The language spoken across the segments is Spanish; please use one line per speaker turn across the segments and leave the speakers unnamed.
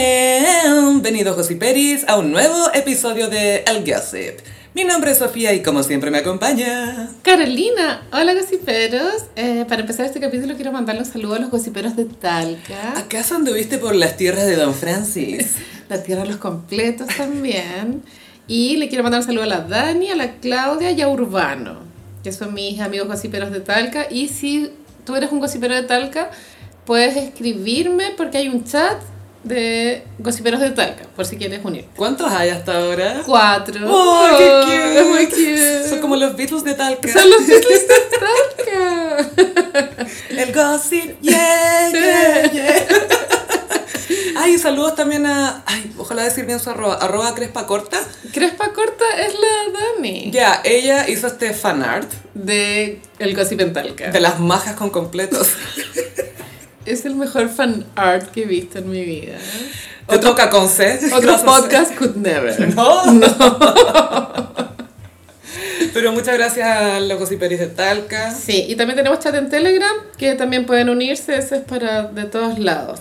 Bienvenidos, Gossiperis, a un nuevo episodio de El Gossip. Mi nombre es Sofía y como siempre me acompaña.
Carolina, hola gossiperos. Eh, para empezar este capítulo quiero mandar un saludo a los gossiperos de Talca,
¿Acaso anduviste por las tierras de Don Francis?
la Tierra de los Completos también. Y le quiero mandar un saludo a la Dani, a la Claudia y a Urbano, que son mis amigos gossiperos de Talca. Y si tú eres un gossipero de Talca, puedes escribirme porque hay un chat de gossiperos de Talca, por si quieres unir.
¿Cuántos hay hasta ahora?
Cuatro.
¡Oh, qué cute!
Muy cute.
Son como los Beatles de Talca.
Son los Beatles de Talca.
El gossip, yeah, yeah, yeah. Ay, y saludos también a. Ay, ojalá decir bien su arroba, arroba Crespa Corta.
Crespa corta es la Dani.
Ya, ella hizo este fanart
De El Gossip en Talca.
de las majas con completos.
Es el mejor fan art que he visto en mi vida.
Te toca con C.
Otro
Gracias.
podcast could never.
No. Pero muchas gracias a los gossiperis de Talca.
Sí, y también tenemos chat en Telegram que también pueden unirse, ese es para de todos lados.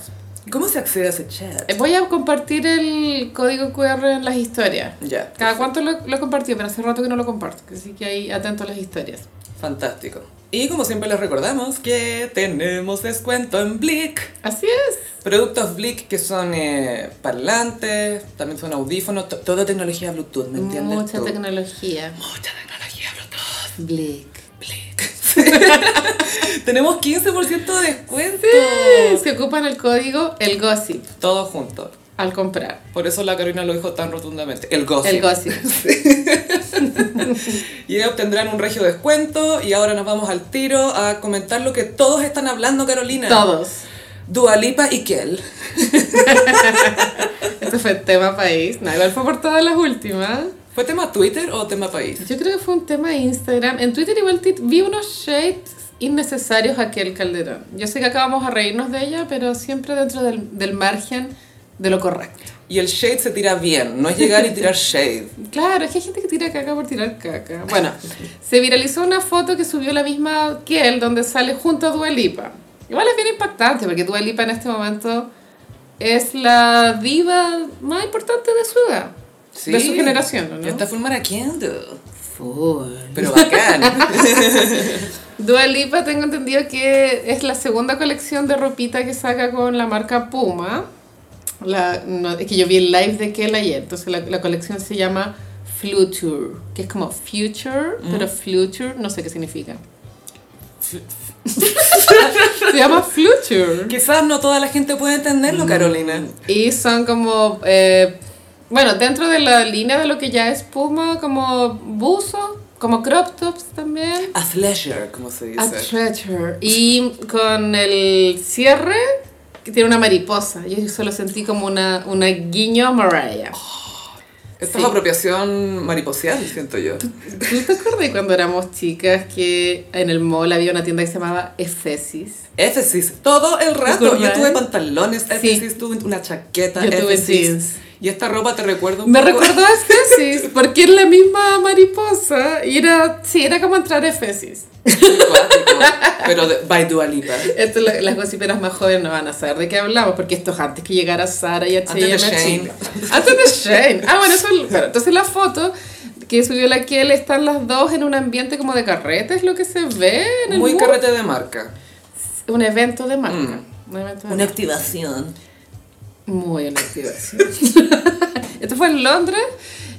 ¿Cómo se accede a ese chat?
Eh, Voy a compartir el código QR en las historias.
Ya,
Cada cuánto lo, lo he compartido, pero hace rato que no lo comparto, así que ahí atento a las historias.
fantástico. Y como siempre les recordamos que tenemos descuento en Blick.
Así es.
Productos Blick que son eh, parlantes, también son audífonos, to- toda tecnología Bluetooth, ¿me entiendes?
Mucha
tú?
tecnología.
Mucha tecnología Bluetooth.
Blick.
Blick. tenemos 15% de descuento.
Se ocupan el código El Gossip
Todo junto.
al comprar.
Por eso la Carolina lo dijo tan rotundamente. El gossip.
El Gossip.
Y ahí obtendrán un regio descuento. Y ahora nos vamos al tiro a comentar lo que todos están hablando, Carolina.
Todos.
Dualipa y Kel.
Este fue tema país. No, igual fue por todas las últimas.
¿Fue tema Twitter o tema país?
Yo creo que fue un tema de Instagram. En Twitter igual tit- vi unos shades innecesarios a Kel Calderón. Yo sé que acabamos a reírnos de ella, pero siempre dentro del, del margen de lo correcto.
Y el shade se tira bien, no es llegar y tirar shade.
Claro, es que hay gente que tira caca por tirar caca. Bueno, se viralizó una foto que subió la misma Kiel donde sale junto a Dua Lipa. Igual es bien impactante porque Dua Lipa en este momento es la diva más importante de su edad. De su generación, ¿o ¿no?
Está full maraqueando. Pero bacán.
Dua Lipa tengo entendido que es la segunda colección de ropita que saca con la marca Puma. La, no, es que yo vi el live de Kel ayer, entonces la, la colección se llama Future, que es como Future, pero Future no sé qué significa. se llama Future.
Quizás no toda la gente puede entenderlo, Carolina.
Y son como, eh, bueno, dentro de la línea de lo que ya es Puma, como buzo, como crop tops también.
A pleasure, como se dice.
A treasure. Y con el cierre, que tiene una mariposa. Yo solo sentí como una, una guiño a Mariah.
Esta
Sí.
es apropiación mariposial, siento yo.
¿Tú te acuerdas cuando éramos chicas que en el mall había una tienda que se llamaba Efesis?
Éfesis, todo el rato.
¿Te
Yo
acordás?
tuve pantalones,
Sí.
Éfesis, tuve una chaqueta,
Yo tuve
Éfesis.
jeans.
Y esta ropa te recuerda un
Me
poco-
recordó a Efesis porque es la misma mariposa. Y era, sí, era como entrar a Efesis.
Cuático, pero de, by Dua Lipa.
Esto lo- las gossiperas más jóvenes no van a saber de qué hablamos, porque esto es antes que llegara Sara y H&M
Antes de
a Chile.
Shane.
Antes de Shane. Ah, bueno, eso, claro. entonces la foto que subió la Kiel están las dos en un ambiente como de carrete, es lo que se ve en el
Muy
mall.
carrete Mm. de marca.
Un evento de marca. Un evento de marca.
activación.
Muy una activación. Esto fue en Londres.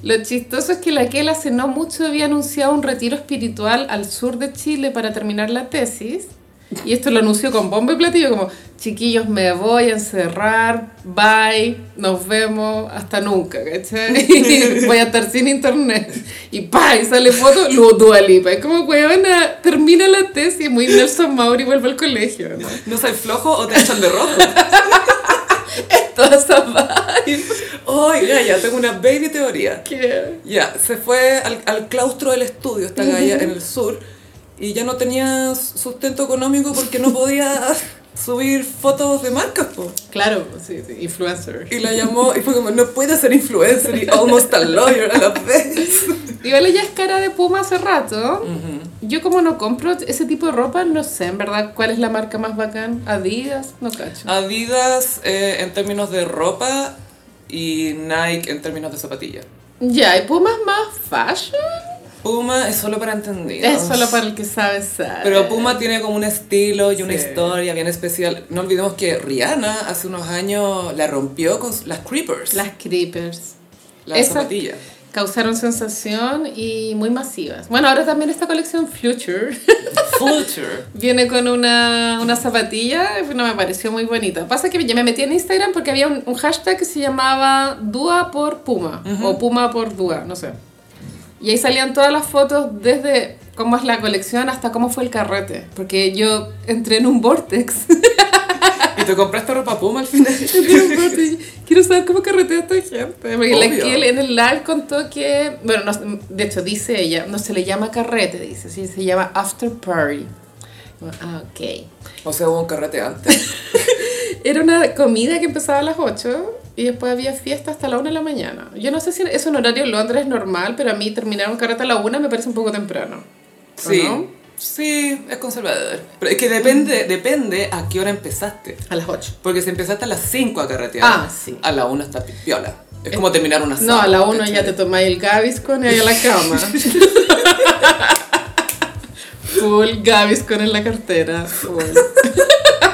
Lo chistoso es que la Kiel hace no mucho había anunciado un retiro espiritual al sur de Chile para terminar la tesis. Y esto lo anunció con bombo y platillo, como, chiquillos, me voy a encerrar, bye, nos vemos, hasta nunca, ¿cachai? voy a estar sin internet. Y bye, sale foto, lo dualipa. Es como, huevona, termina la tesis, muy Nelson Mauri, vuelve al colegio, ¿no?
No soy flojo o te echan de rojo.
Toda esa vibe.
Oiga, ya tengo una baby teoría.
que-
Ya, se fue al, al claustro del estudio esta galla en el sur y ya no tenía sustento económico porque no podía subir fotos de marcas, po.
Claro, sí, sí, influencer.
Y la llamó y fue como, no puede ser influencer y almost a lawyer a la vez.
Igual ella es cara de puma hace rato. Yo como no compro ese tipo de ropa, no sé en verdad cuál es la marca más bacán. Adidas, no cacho.
Adidas eh, en términos de ropa y Nike en términos de zapatillas.
Ya, ¿y Puma es más fashion?
Puma es solo para entendidos.
Es solo para el que sabe, sabe.
Pero Puma tiene como un estilo y una
Sí.
historia bien especial. No olvidemos que Rihanna hace unos años la rompió con las creepers, las
Las creepers. esa-
zapatillas.
Causaron sensación y muy masivas. Bueno, ahora también esta colección Future
Future.
viene con una, una zapatilla, no me pareció muy bonita. Pasa que ya me metí en Instagram porque había un, un hashtag que se llamaba Dua por Puma o Puma por Dua, no sé. Y ahí salían todas las fotos desde cómo es la colección hasta cómo fue el carrete, porque yo entré en un vortex.
¿Y te compraste ropa Puma al final?
Quiero un bote y Quiero saber cómo carretea esta gente. Porque la
Obvio.
Kiel en el live contó que, bueno, no- de hecho dice ella, no se le llama carrete, dice, sí, se llama after party. Bueno, Ah, ok.
O sea, hubo un carrete antes.
Era una comida que empezaba a las 8 y después había fiesta hasta la 1 de la mañana. Yo no sé si es un horario en Londres normal, pero a mí terminar un carrete a la 1 me parece un poco temprano. ¿O
Sí.
no?
Sí, es conservador. Pero es que depende, depende a qué hora empezaste.
A las 8.
Porque si empezaste a las 5 a carretear,
Ah, sí. Eh,
a la 1 está piola. Es como terminar una
No, a la 1 ya te tomáis el Gaviscon y ahí a la cama. Full Gaviscon en la cartera. Full.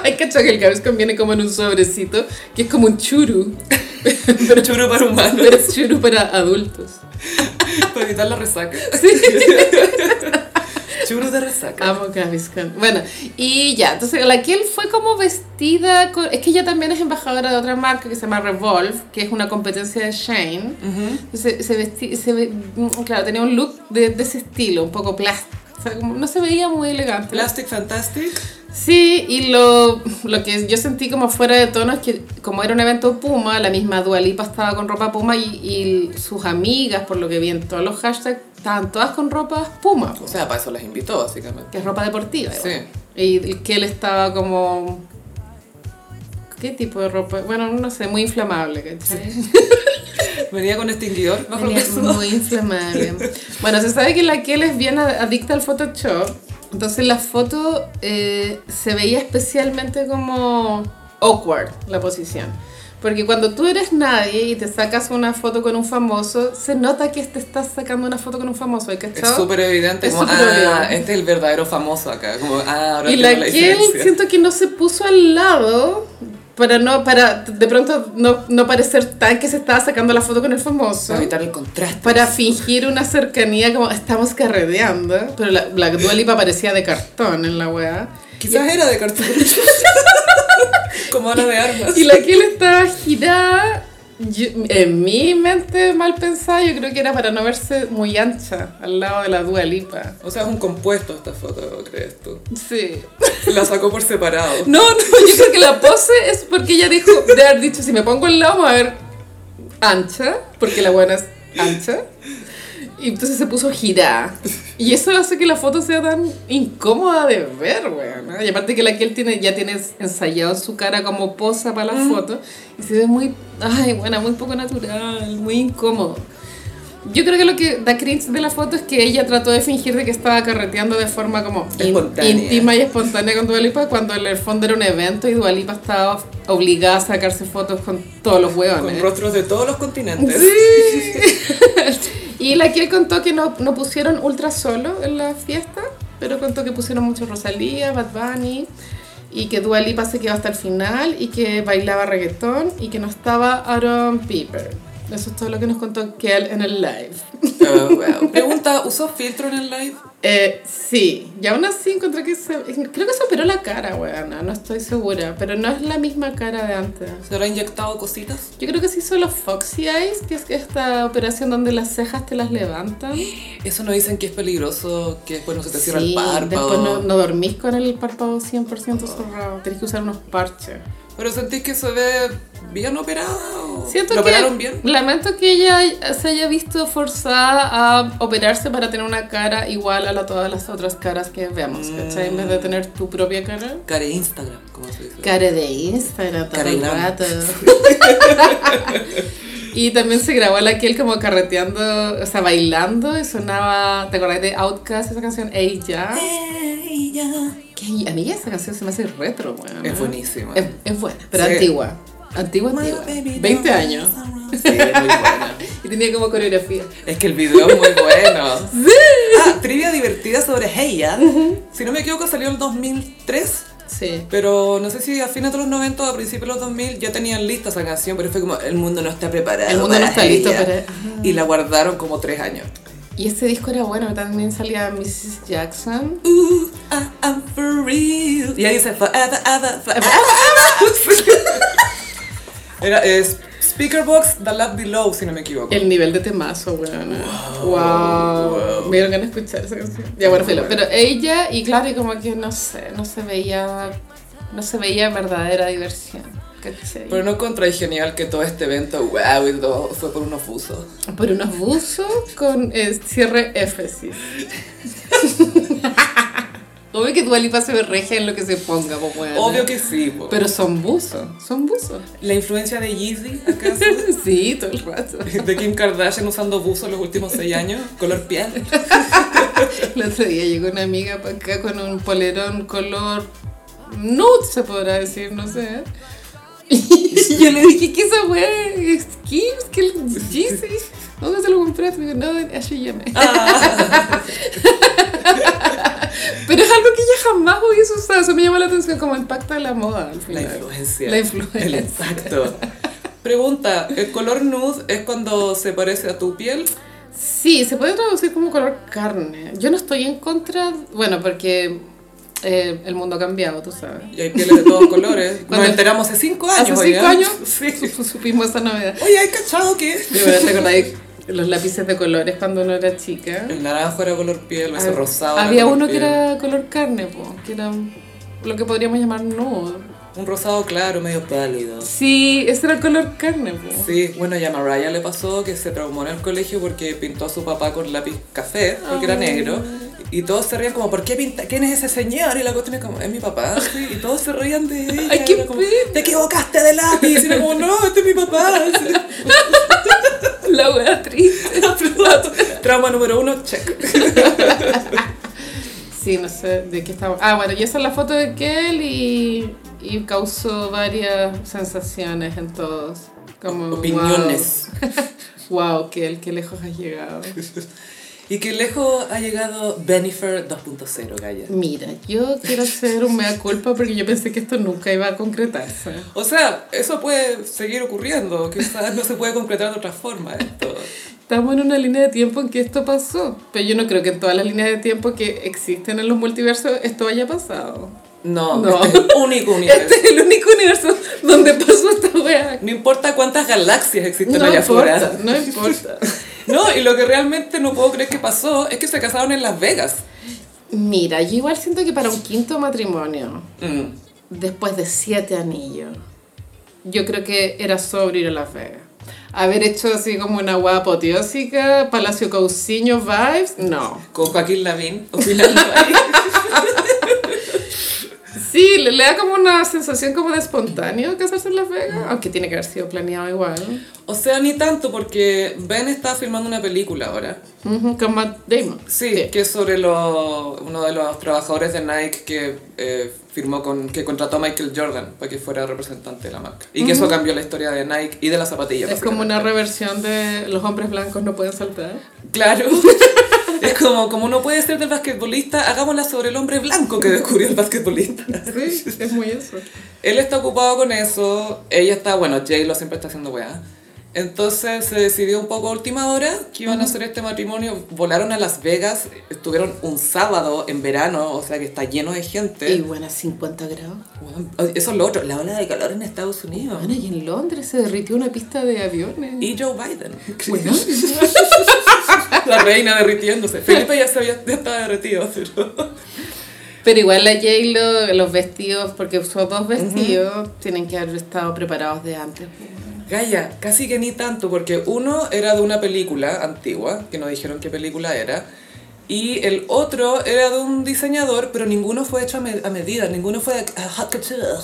Hay que que el Gaviscon viene como en un sobrecito, que es como un churu,
Pero churro para humano,
pero es churu para adultos.
para evitar la resaca. Churro de resaca.
Amo Gaviscon. Bueno, y ya, entonces la Kiel fue como vestida con... Es que ella también es embajadora de otra marca que se llama Revolve, que es una competencia de Shane.
Ujú.
Se, se vestí- se ve- mm, claro, tenía un look de, de ese estilo, un poco plástico. O sea, como- no se veía muy elegante.
Plastic Fantastic.
Sí, y lo, lo que yo sentí como fuera de tono es que como era un evento Puma, la misma Dualipa estaba con ropa Puma y, y sus amigas, por lo que vi en todos los hashtags, estaban todas con ropas Puma,
O sea, para eso las invitó, básicamente.
que es ropa deportiva.
Sí.
igual. Y el que él estaba como... ¿Qué tipo de ropa? Bueno, no sé, muy inflamable, ¿cachai?
Venía con extinguidor bajo el
Es
brazo.
muy inflamable. Bueno, se sabe que la Kel es bien ad- adicta al Photoshop. Entonces la foto eh, se veía especialmente como awkward la posición. Porque cuando tú eres nadie y te sacas una foto con un famoso, se nota que te estás sacando una foto con un famoso,
Es
¿cachai?
súper evidente,
Es
como,
súper
ah,
evidente.
este es el verdadero famoso acá. Como, ah, ahora
Y
entiendo la
la Kel
diferencia.
siento que no se puso al lado para no para de pronto no, no parecer tan que se estaba sacando la foto con el famoso.
Para evitar el contraste.
Para fingir una cercanía como estamos carreteando. Pero la, la Dua Lipa parecía de cartón en la weá.
Quizás era de cartón. como ahora de armas.
Y la que le estaba girada, yo- en mi mente mal pensada, yo creo que era para no verse muy ancha al lado de la Dua Lipa.
O sea, es un compuesto esta foto, crees tú.
Sí.
La sacó por separado.
No, no, yo creo que la pose es porque ella dijo, de haber dicho, si me pongo al lado me va a ver ancha, porque la buena es ancha. Y entonces se puso girada. Y eso hace que la foto sea tan incómoda de ver, weón. ¿no? Y aparte que la que él tiene, ya tiene ensayado su cara como posa para la foto. Y se ve muy, ay, buena, muy poco natural, muy incómodo. Yo creo que lo que da cringe de la foto es que ella trató de fingir de que estaba carreteando de forma como in-
Espontánea.
íntima y espontánea con Dualipa cuando en el fondo era un evento y Dualipa estaba obligada a sacarse fotos con todos los
Con
hueones.
rostros de todos los continentes.
Y la Kiel contó que no, no pusieron Ultra Solo en la fiesta, pero contó que pusieron mucho Rosalía, Bad Bunny, y que Dua Lipa se quedó hasta el final, y que bailaba reggaetón, y que no estaba Aaron Piper. Eso es todo lo que nos contó Kiel en el live.
Ah, wow. Pregunta, ¿usó filtro en el live?
Eh, sí, y aún así encontré que se... Creo que se operó la cara, weona, no estoy segura, pero no es la misma cara de antes.
¿Se habrá inyectado cositas?
Yo creo que se hizo los Foxy Eyes, que es esta operación donde las cejas te las levantan.
Eso no dicen que es peligroso, que después no se te cierra
Sí,
el párpado.
Después no, no dormís con el párpado 100% cerrado. Tenés que usar unos parches.
Pero sentís que se ve bien operado.
Siento
Oh, ¿Lo
que
operaron bien?
lamento que ella se haya visto forzada a operarse para tener una cara igual a la, todas las otras caras que vemos, ¿cachai? En vez de tener tu propia cara.
Care Instagram, como se dice.
Cara de Instagram todo
Cara
el
grande.
rato. Y también se grabó la Kiel como carreteando, o sea, bailando y sonaba, ¿te acordás de Outcast esa canción? Ella. Que a mí esa canción se me hace retro, weón. ¿eh?
Es buenísima.
Ah. Es, es buena, pero
Sí.
antigua. Antigua, antigua. 20 años.
Sí, es muy buena.
Y tenía como coreografía.
Es que el video es muy bueno. Ah, trivia divertida sobre Heya. Si no me equivoco, salió el 2003.
Sí.
Pero no sé si a fines de los 90 o a principios de los 2000 ya tenían lista esa canción, pero fue como el mundo no está preparado.
El mundo no
para
está listo
Heya.
para-
Y la guardaron como tres años.
Y ese disco era bueno, también salía Mrs. Jackson.
Ooh, I am for real. Y ahí dice
Ah,
forever, ever, forever. Era es Speakerbox The Love Below, si no me equivoco.
El nivel de temazo, weón. Wow. Me dieron ganas de escuchar esa canción. Ya, bueno, filo. Pero ella, y claro, y como que no sé, no se veía, no se veía verdadera diversión. ¿Cachai?
Pero no encontré genial que todo este evento, wow, y todo, fue por unos buzos.
Por unos buzos con eh, cierre éfesis. Obvio que Dualipa se ve regia en lo que se ponga, pues weón.
Obvio que sí, po.
Pero son buzos, son buzos.
la influencia de Yeezy, ¿acaso?
sí, todo el rato.
De Kim Kardashian usando buzos los últimos seis años, color piel.
El otro día llegó una amiga para acá con un polerón color nude, se podrá decir, no sé. Y yo le dije, ¿qué esa weá? ¿Es Kim's? ¿Qué el Yeezy? ¿Dónde se lo compraste? Me dijo, no, en H&M. Pero es algo que ella jamás hubiese usado. Eso me llama la atención, como el pacto de la moda al
La
final.
influencia.
La influencia.
El exacto. Pregunta, ¿el color nude es cuando se parece a tu piel?
Sí, se puede traducir como color carne. Yo no estoy en contra, bueno, porque eh, el mundo ha cambiado, tú sabes.
Y hay pieles de todos colores. Nos
Cuando-
enteramos hace cinco años.
Hace cinco
oigan.
años
Sí.
su- supimos esa novedad.
Oye, ¿hay cachado que?
De verdad, ¿te acordáis los lápices de colores cuando uno era chica?
El naranjo era color piel, ese
Hab-
rosado. era
Había
color
uno que
piel.
era color carne, po, que era lo que podríamos llamar nudo.
Un rosado claro, medio pálido.
Sí, ese era el color carne, po.
Sí, bueno, y a Mariah le pasó que se traumó en el colegio porque pintó a su papá con lápiz café, porque era negro. Y todos se reían como, ¿por qué pinta? ¿Quién es ese señor? Y la cuestión es como, es mi papá. sí, y todos se reían de ella.
Ay, qué
Era como,
pena.
Te equivocaste de lápiz. Y era como, no, este es mi papá. Sí.
La wea triste.
Trauma número uno, check.
Sí, no sé de qué estaba. Ah, bueno, y esa es la foto de Kel y, y causó varias sensaciones en todos. Como,
Opiniones.
Wow, wow Kel, qué lejos has llegado.
Y qué lejos ha llegado Benifer 2.0, Gaya.
Mira, yo quiero hacer un mea culpa porque yo pensé que esto nunca iba a concretarse.
O sea, eso puede seguir ocurriendo, quizás no se puede concretar de otra forma esto.
Estamos en una línea de tiempo en que esto pasó, pero yo no creo que en todas las líneas de tiempo que existen en los multiversos esto haya pasado.
No,
No.
este es el único universo.
Este es el único universo donde pasó esta wea.
No importa cuántas galaxias existen
No
allá
importa,
afuera.
no importa.
No, y lo que realmente no puedo creer que pasó es que se casaron en Las Vegas.
Mira, yo igual siento que para un quinto matrimonio,
Mm.
después de siete anillos, yo creo que era sobrio ir a Las Vegas. Haber hecho así como una guapa apoteósica, Palacio Cauciño vibes, no.
Con Joaquín Lavín, opinando ahí.
Sí, le, le da como una sensación como de espontáneo casarse en Las Vegas, aunque tiene que haber sido planeado igual.
O sea, ni tanto, porque Ben está filmando una película ahora.
Ujú, con Matt Damon.
Sí, que es sobre lo- uno de los trabajadores de Nike que eh, firmó con, que contrató a Michael Jordan para que fuera representante de la marca. Y que eso cambió la historia de Nike y de las zapatillas.
Es como una reversión de los hombres blancos no pueden saltar.
Claro. Es como, como no puede ser del basquetbolista, hagámosla sobre el hombre blanco que descubrió el basquetbolista.
Sí, es muy eso.
Él está ocupado con eso, ella está, bueno, J-Lo siempre está haciendo weá. Entonces se decidió un poco a última hora que iban a hacer este matrimonio. Volaron a Las Vegas, estuvieron un sábado en verano, o sea que está lleno de gente.
Y bueno, 50 grados.
Weón, Eso es lo otro, la ola de calor en Estados Unidos.
Bueno, y en Londres se derritió una pista de aviones.
Y Joe Biden.
Weón.
La reina derritiéndose. Felipe ya, se había, ya estaba derretido. pero-
Pero igual la J-Lo, los vestidos, porque usó dos vestidos, tienen que haber estado preparados de antes.
Gaya, casi que ni tanto, porque uno era de una película antigua, que no dijeron qué película era, y el otro era de un diseñador, pero ninguno fue hecho a, me- a medida, ninguno fue a, a haute couture. "Ah,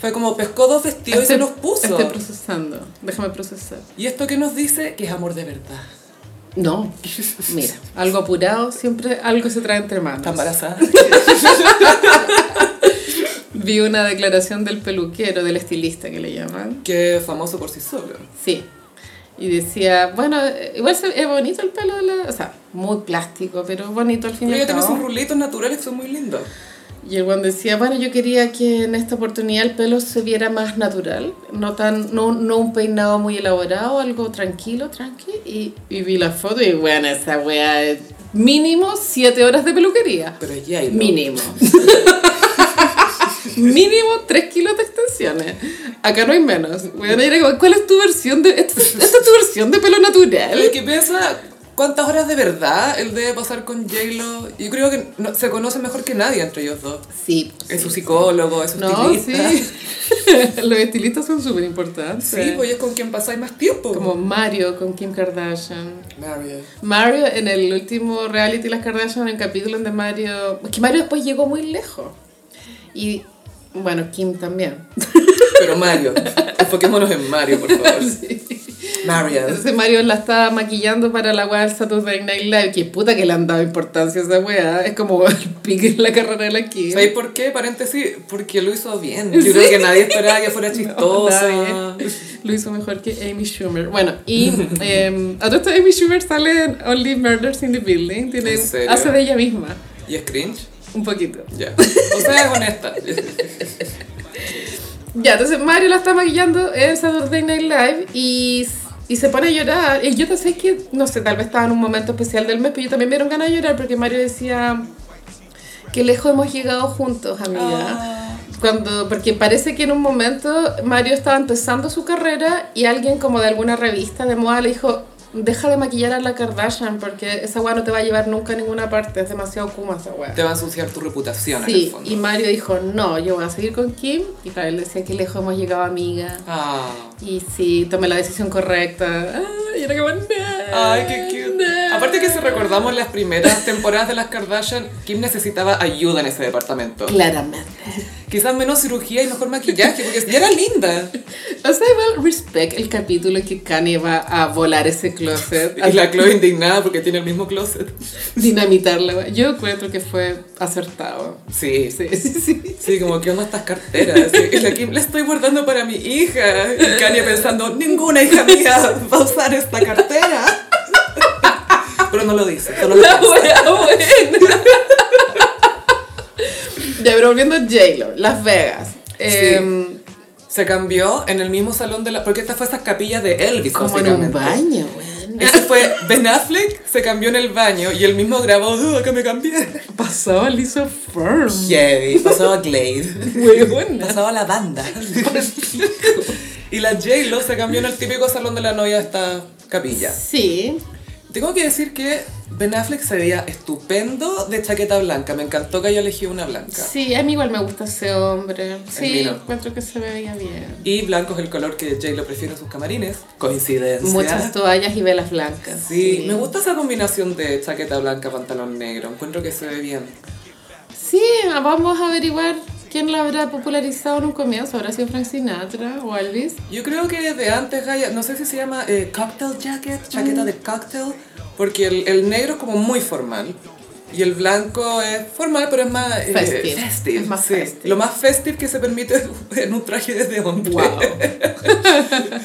Fue como pescó dos vestidos
Este
y se los puso.
Estoy procesando. Déjame procesar.
Y esto que nos dice que es amor de verdad.
No. Mira, algo apurado, siempre algo se trae entre manos.
Está embarazada.
Vi una declaración del peluquero, del estilista que le llaman.
que es famoso por sí solo.
Sí. Y decía, bueno, igual se- es bonito el pelo, de la- o sea, muy plástico, pero bonito al fin y
Ella
al
tiene sus
cabo.
rulitos naturales que son muy lindos.
Y el Juan decía, bueno, yo quería que en esta oportunidad el pelo se viera más natural, no tan no, no un peinado muy elaborado, algo tranquilo, tranqui. Y, y vi la foto y bueno, esa wea es mínimo 7 horas de peluquería.
Pero ya hay
Mínimo. Mínimo 3 kilos de extensiones. Acá no hay menos. Bueno, y era como, ¿cuál es tu versión de... Esta, esta es tu versión de pelo natural.
El que piensa cuántas horas de verdad él debe pasar con J-Lo. Yo creo que no- se conoce mejor que nadie entre ellos dos.
Sí.
Es su psicólogo, es su
No, sí.
estilista. Sí,
Los estilistas son súper importantes.
pues es con quien pasáis más tiempo.
Como Mario con Kim Kardashian.
Mario.
Mario en el último reality Las Kardashian, en el capítulo donde Mario... Es que Mario después llegó muy lejos. Y bueno, Kim también.
Pero Mario. Enfoquémonos en Mario, por favor. Mario.
Entonces Mario la estaba maquillando para la weá del Saturday Night Live. Que puta que le han dado importancia a esa weá. Es como el pique en la carrera de la Kim.
¿Sabéis por qué? Paréntesis, porque lo hizo bien. Yo creo que nadie esperaba que fuera chistosa.
Nadie. eh. Lo hizo mejor que Amy Schumer. Bueno, y eh, a todo esto Amy Schumer sale en Only Murders in the Building. Tiene,
¿En serio?
hace de ella misma.
¿Y es cringe?
Un poquito.
Ya. O sea, es honesta.
Ya, entonces Mario la está maquillando en Saturday Night Live y, y se pone a llorar. Y yo pensé que, no sé, tal vez estaba en un momento especial del mes, pero yo también me dieron ganas de llorar porque Mario decía que lejos hemos llegado juntos, amiga. Cuando, porque parece que en un momento Mario estaba empezando su carrera y alguien como de alguna revista de moda le dijo, deja de maquillar a la Kardashian porque esa weá no te va a llevar nunca a ninguna parte, es demasiado kuma esa weá.
Te va a ensuciar tu reputación en el
Sí,
fondo.
y Mario dijo, no, yo voy a seguir con Kim. Y claro, él decía que lejos hemos llegado, amiga.
Ah.
Y sí, tomé la decisión correcta. Ay, era como, no,
Ay, qué cute.
no.
Aparte que si recordamos las primeras temporadas de las Kardashian, Kim necesitaba ayuda en ese departamento.
Claramente.
Quizás menos cirugía y mejor maquillaje, porque ya era linda.
O sea, igual, respect el capítulo en que Kanye va a volar ese closet, a
Y la Chloe indignada porque tiene el mismo closet.
dinamitarla. Yo encuentro que fue acertado.
Sí, sí.
Sí, sí, sí.
Sí, como que onda estas carteras. Sí. Y la Kim la estoy guardando para mi hija. Y Kanye pensando, ninguna hija mía va a usar esta cartera. Pero no lo dice, solo lo
La
piensa.
wea buena. Ya, pero volviendo a J-Lo, Las Vegas. Em,
Se cambió en el mismo salón de la... Porque esta fue esas capillas de Elvis,
como en un
básicamente.
baño, weón.
Ese fue Ben Affleck, se cambió en el baño y él mismo grabó, duda que me cambié.
Pasaba Lisa Firm.
Chevy, pasó a Glade,
Weona.
pasó a la banda. y la J-Lo se cambió en el típico salón de la novia de esta capilla.
Sí.
Tengo que decir que Ben Affleck se veía estupendo de chaqueta blanca. Me encantó que haya elegido una blanca.
Sí, a mí igual me gusta ese hombre. Sí,
vino.
encuentro que se veía bien.
Y blanco es el color que J-Lo prefiere en sus camarines. Coincidencia.
Muchas toallas y velas blancas.
Sí, me gusta esa combinación de chaqueta blanca, pantalón negro. Encuentro que se ve bien.
Sí, vamos a averiguar quién la habrá popularizado en un comienzo. ¿Habrá sido Frank Sinatra o Elvis?
Yo creo que de antes, Gaia, no sé si se llama eh, cocktail jacket, chaqueta de cocktail, porque el, el negro es como muy formal y el blanco es formal, pero es más eh,
Festive. Es más
sí.
festive.
Lo más festive que se permite en un traje de hombre.
Wow.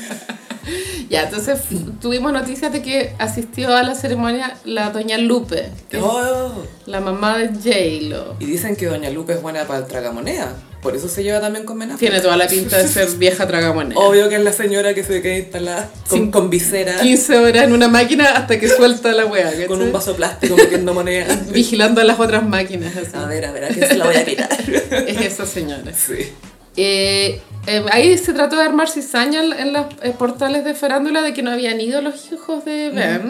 ya, entonces tuvimos noticias de que asistió a la ceremonia la doña Lupe, que es
Oh.
la mamá de J-Lo.
Y dicen que Doña Lupe es buena para el tragamoneda, por eso se lleva también con Ben Affleck.
Tiene toda la pinta de ser vieja tragamoneda.
Obvio que es la señora que se queda instalada con,
Sí.
con visera,
15 horas en una máquina hasta que suelta la wea, ¿cachai?
con un vaso plástico metiendo moneda.
Vigilando a las otras máquinas, así.
A ver, a ver, a quién se la voy a quitar.
Es esa señora.
Sí.
Eh, eh, ahí se trató de armar cizaña en, en los eh, portales de farándula de que no habían ido los hijos de Ben.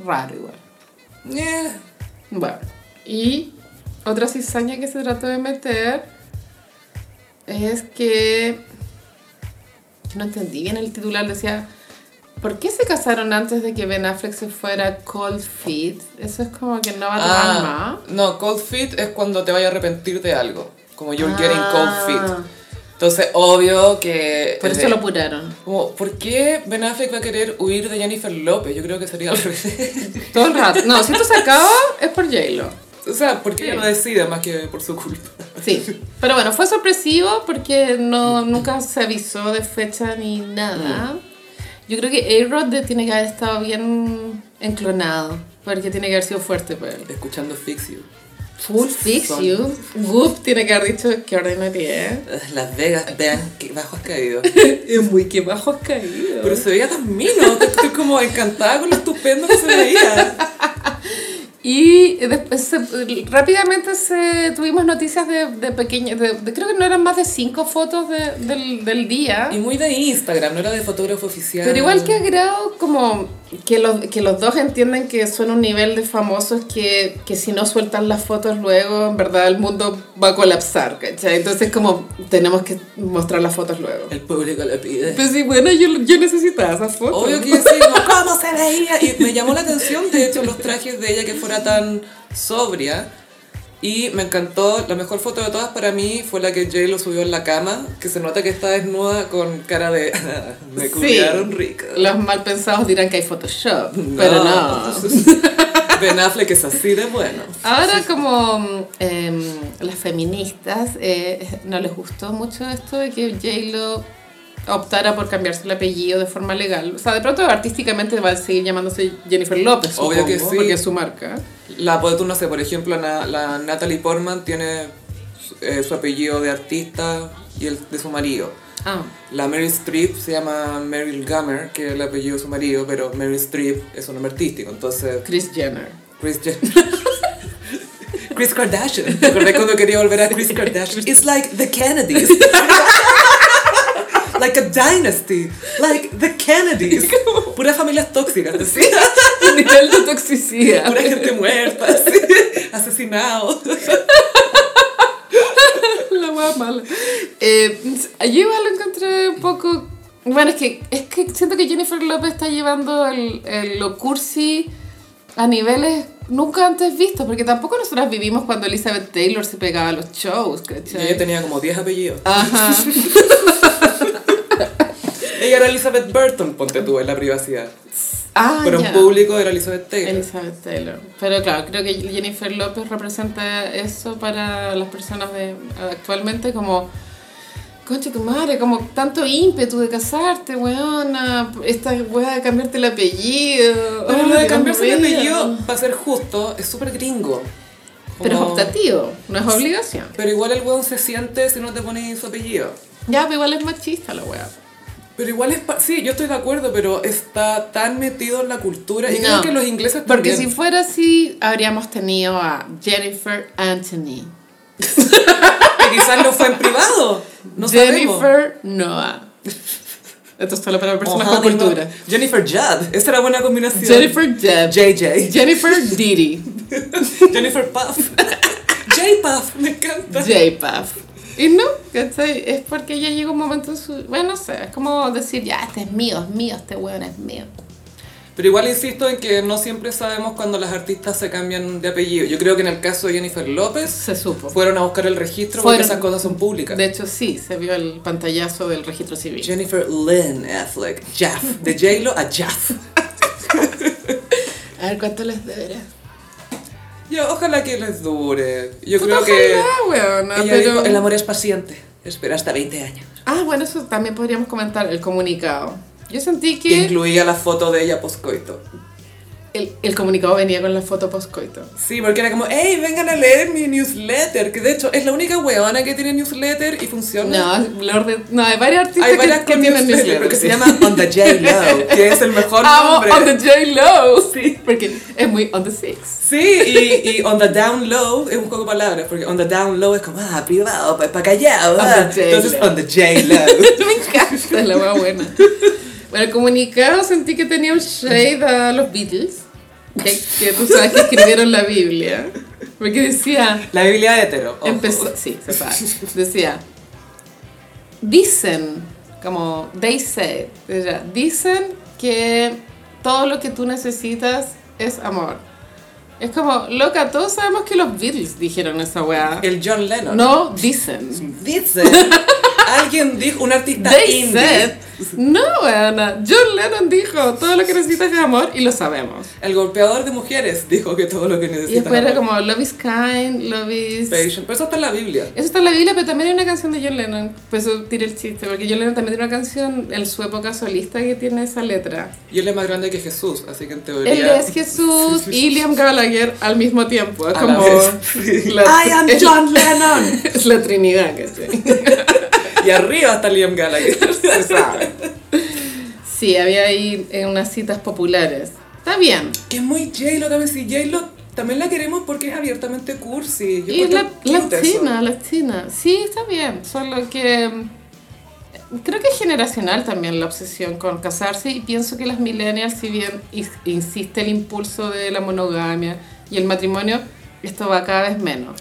Mm.
Raro igual.
Yeah.
Bueno, y otra cizaña que se trató de meter es que... Yo no entendí bien el titular, decía... ¿Por qué se casaron antes de que Ben Affleck se fuera a Cold Feet? Eso es como que no va a
Ah.
tomar más.
No, cold feet Eh. es cuando te vayas a arrepentir de algo. Como you're getting cold feet. Entonces, obvio que...
Ah. Por eso lo apuraron.
Como, ¿por qué Ben Affleck va a querer huir de Jennifer López? Yo creo que sería al revés.
Todo el rato. No, si esto se acaba es por J-Lo.
O sea, porque
Sí.
ella no decide más que por su culpa.
Sí. Pero bueno, fue sorpresivo porque no, nunca se avisó de fecha ni nada. Yo creo que A-Rod de- tiene que haber estado bien enclonado. Porque tiene que haber sido fuerte para él.
Escuchando Fix You.
Full fix
Son-
you. Goop tiene que haber dicho que ordinaria es.
Las Vegas, vean qué bajo has caído.
Es muy que bajo has caído.
Pero se veía tan mino, que estoy como encantada con lo estupendo que se veía.
Y después se- rápidamente se, tuvimos noticias de, de pequeñas, de- de- creo que no eran más de cinco fotos de- del, del día.
Y muy de Instagram, no era de fotógrafo oficial.
Pero igual que agrado como que los, que los dos entienden que son un nivel de famosos que, que si no sueltan las fotos luego, en verdad el mundo va a colapsar, ¿cachai? Entonces como tenemos que mostrar las fotos luego.
El público lo pide.
Pues sí, bueno, yo, yo necesitaba esas fotos.
Obvio que sí, como, ¿cómo se veía? Y me llamó la atención, de hecho, los trajes de ella que fuera tan sobria. Y me encantó, la mejor foto de todas para mí fue la que Jay lo subió en la cama, que se nota que está desnuda con cara de... me
Sí.
cuidaron rico.
Los mal pensados dirán que hay Photoshop, pero no.
Ben Affleck es así de bueno.
Ahora como mm, em, las feministas eh, no les gustó mucho esto de que J-Lo optara por cambiarse el apellido de forma legal. O sea, de pronto artísticamente va a seguir llamándose Jennifer López,
Obvio que
supongo,
sí.
porque es su marca.
La pues, tú no sé, por ejemplo, na- la Natalie Portman tiene su- eh, su apellido de artista y el de su marido.
Ah,
La Meryl Streep se llama Meryl Gummer, que es el apellido de su marido, pero Meryl Streep es un nombre artístico, entonces
Kris Jenner.
Chris Chris Kardashian. Me acordé cuando quería volver a Chris Kardashian. It's like the Kennedys. like a dynasty. Like the Kennedys. Puras familias tóxicas, así.
Nivel de toxicidad.
Pura gente muerta, así. Asesinados.
La hueá mala. Eh, yo igual lo encontré un poco... Bueno, es que, es que siento que Jennifer López está llevando el, el- lo cursi a niveles nunca antes vistos, porque tampoco nosotras vivimos cuando Elizabeth Taylor se pegaba a los shows,
Y
¿cachai?
ella tenía como 10 apellidos.
Ajá.
Ella era Elizabeth Burton, ponte tú, en la privacidad.
Ah,
Pero
ya.
en público era Elizabeth Taylor.
Elizabeth Taylor. Pero claro, creo que Jennifer López representa eso para las personas de actualmente como... Concha tu madre, como tanto ímpetu de casarte, weona, esta weá de cambiarte el apellido.
Ah, Pero
Ay,
lo de
Dios
cambiarse el
mío.
apellido, para ser justo, es súper gringo.
Pero es
Como-
optativo, no es obligación.
Pero igual el weón se siente si no te pones su apellido.
Ya, pero igual es machista la weá.
Pero igual es... pa- Sí, yo estoy de acuerdo, pero está tan metido en la cultura. Y
No.
creo que los ingleses
Porque
también.
si fuera así, habríamos tenido a Jennifer Anthony.
Que quizás no fue en privado. No sabemos.
Jennifer Noah. Esto es solo para personas
Ojalá,
con cultura.
Oh, no. Jennifer Judd. Esa era buena combinación.
Jennifer Jeb.
JJ.
Jennifer Diddy.
Jennifer Puff. J Puff. Me encanta.
J-Puff. Y no, ¿cachai? Es porque ya llega un momento en su... Bueno, no sé, es como decir, ya, este es mío, es mío, este weón es mío.
Pero igual insisto en que no siempre sabemos cuando las artistas se cambian de apellido. Yo creo que en el caso de Jennifer López
Se supo.
fueron a buscar el registro
Fueron.
porque esas cosas son públicas.
De hecho, sí, se vio el pantallazo del registro civil.
Jennifer Lynn Affleck, Jaff, de J-Lo a Jaff.
A ver, ¿cuánto les deberá?
Yo, ojalá que les dure. Yo
Puta,
creo que
ojalá, weona,
ella
pero-
dijo, Ah, el amor es paciente, espera hasta 20 años.
Ah, bueno, eso también podríamos comentar, el comunicado. Yo sentí
Que
que
incluía la foto de ella poscoito.
el, el comunicado venía con la foto postcoito.
Sí, porque era como, hey, vengan a leer mi newsletter, que de hecho es la única weona que tiene newsletter y funciona.
No, Lord de- no, hay varios artistas
Hay
que-
varias
que,
con
tienen
newsletter,
newsletter,
que se
sí.
llama On the J-Lo, que es el mejor
Amo
nombre.
on the J-Lo, sí, porque es muy on the six.
Sí, y, y on the down low es un juego de palabras, porque on the down low es como, ah, privado, para callado.
On
ah.
the J-Lo.
Entonces, on the J-Lo.
Me encanta la hueá buena. Bueno, el comunicado sentí que tenía un shade a los Beatles, que, que tú sabes que escribieron la Biblia, porque decía...
La Biblia de hetero. ojo.
Empezó, sí, se sabe. Decía, dicen, como they said, era, dicen que todo lo que tú necesitas es amor. Es como, loca, todos sabemos que los Beatles dijeron esa weá.
El John Lennon.
No, dicen.
Dice. Alguien dijo, un artista
They
indie.
said, no, weona, John Lennon dijo todo lo que necesitas es amor y lo sabemos.
El golpeador de mujeres dijo que todo lo que
Y
necesitas.
después era
amor.
como Love is kind, Love is...
Patient. Pero eso está en la Biblia.
Eso está en la Biblia, pero también hay una canción de John Lennon. Por eso tiré el chiste, porque John Lennon también tiene una canción en su época solista que tiene esa letra.
Y él es más grande que Jesús, así que en teoría.
Él es Jesús
Sí, sí, sí.
y Liam Gallagher al mismo tiempo. Es
A
como.
la vez.
la-
I am
es-
John Lennon.
Es la Trinidad, ¿cachai?
Y arriba está Liam Gallagher.
Se sabe. Sí, había ahí eh, unas citas populares. Está bien.
Que es muy J-Lo también. Si J-Lo también la queremos porque es abiertamente cursi. Yo
y la,
encuentro
la
cute eso.
china, la china. Sí, está bien. Solo que. mm, Creo que es generacional también la obsesión con casarse y pienso que las millennials, si bien is- insiste el impulso de la monogamia y el matrimonio, esto va cada vez menos.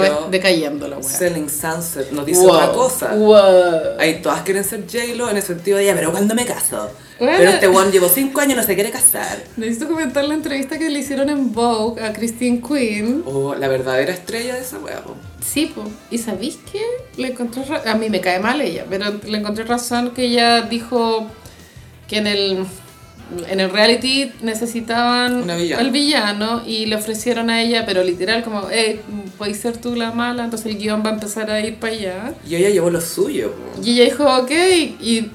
Pero
vez decayendo la weá.
Selling Sunset nos dice
Wow,
otra cosa.
wow.
Ahí todas quieren ser J-Lo en el sentido de ella, pero ¿cuándo me caso?
Bueno.
Pero este one llevo 5 años y no se quiere casar.
Necesito comentar la entrevista que le hicieron en Vogue a Christine Quinn.
Oh, la verdadera estrella de esa wea. po.
Sí, po. ¿Y sabéis qué? Le encontré ra- a mí me cae mal ella, pero le encontré razón que ella dijo que en el, en el reality necesitaban
Una villana.
al villano y le ofrecieron a ella, pero literal como, eh, podéis ser tú la mala, entonces el guión va a empezar a ir para allá.
Y ella llevó lo suyo. po.
Y ella dijo, ok, y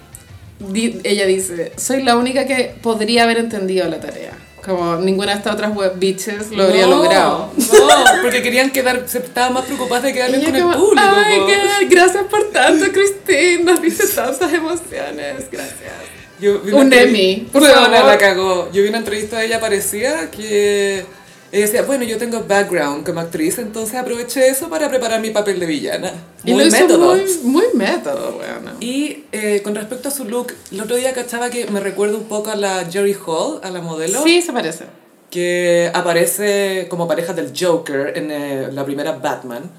di- ella dice, soy la única que podría haber entendido la tarea. Como ninguna de estas otras web bitches lo habría
No,
logrado.
No, porque querían quedar, se estaban más preocupadas de quedar
Y
bien
yo
con el
como,
público.
"Ay,
po".
God, gracias por tanto, Christine, nos diste tantas emociones, gracias.
Yo vi
Un
una entrev-
Emmy, por
Weona,
favor.
la cagó. Yo vi una entrevista de ella parecía que ella decía, bueno, yo tengo background como actriz, entonces aproveché eso para preparar mi papel de villana.
Y
Muy
lo hizo
método.
muy, muy método, weona.
Y eh, con respecto a su look, el otro día cachaba que me recuerda un poco a la Jerry Hall, a la modelo,
Sí, se parece.
que aparece como pareja del Joker en eh, la primera Batman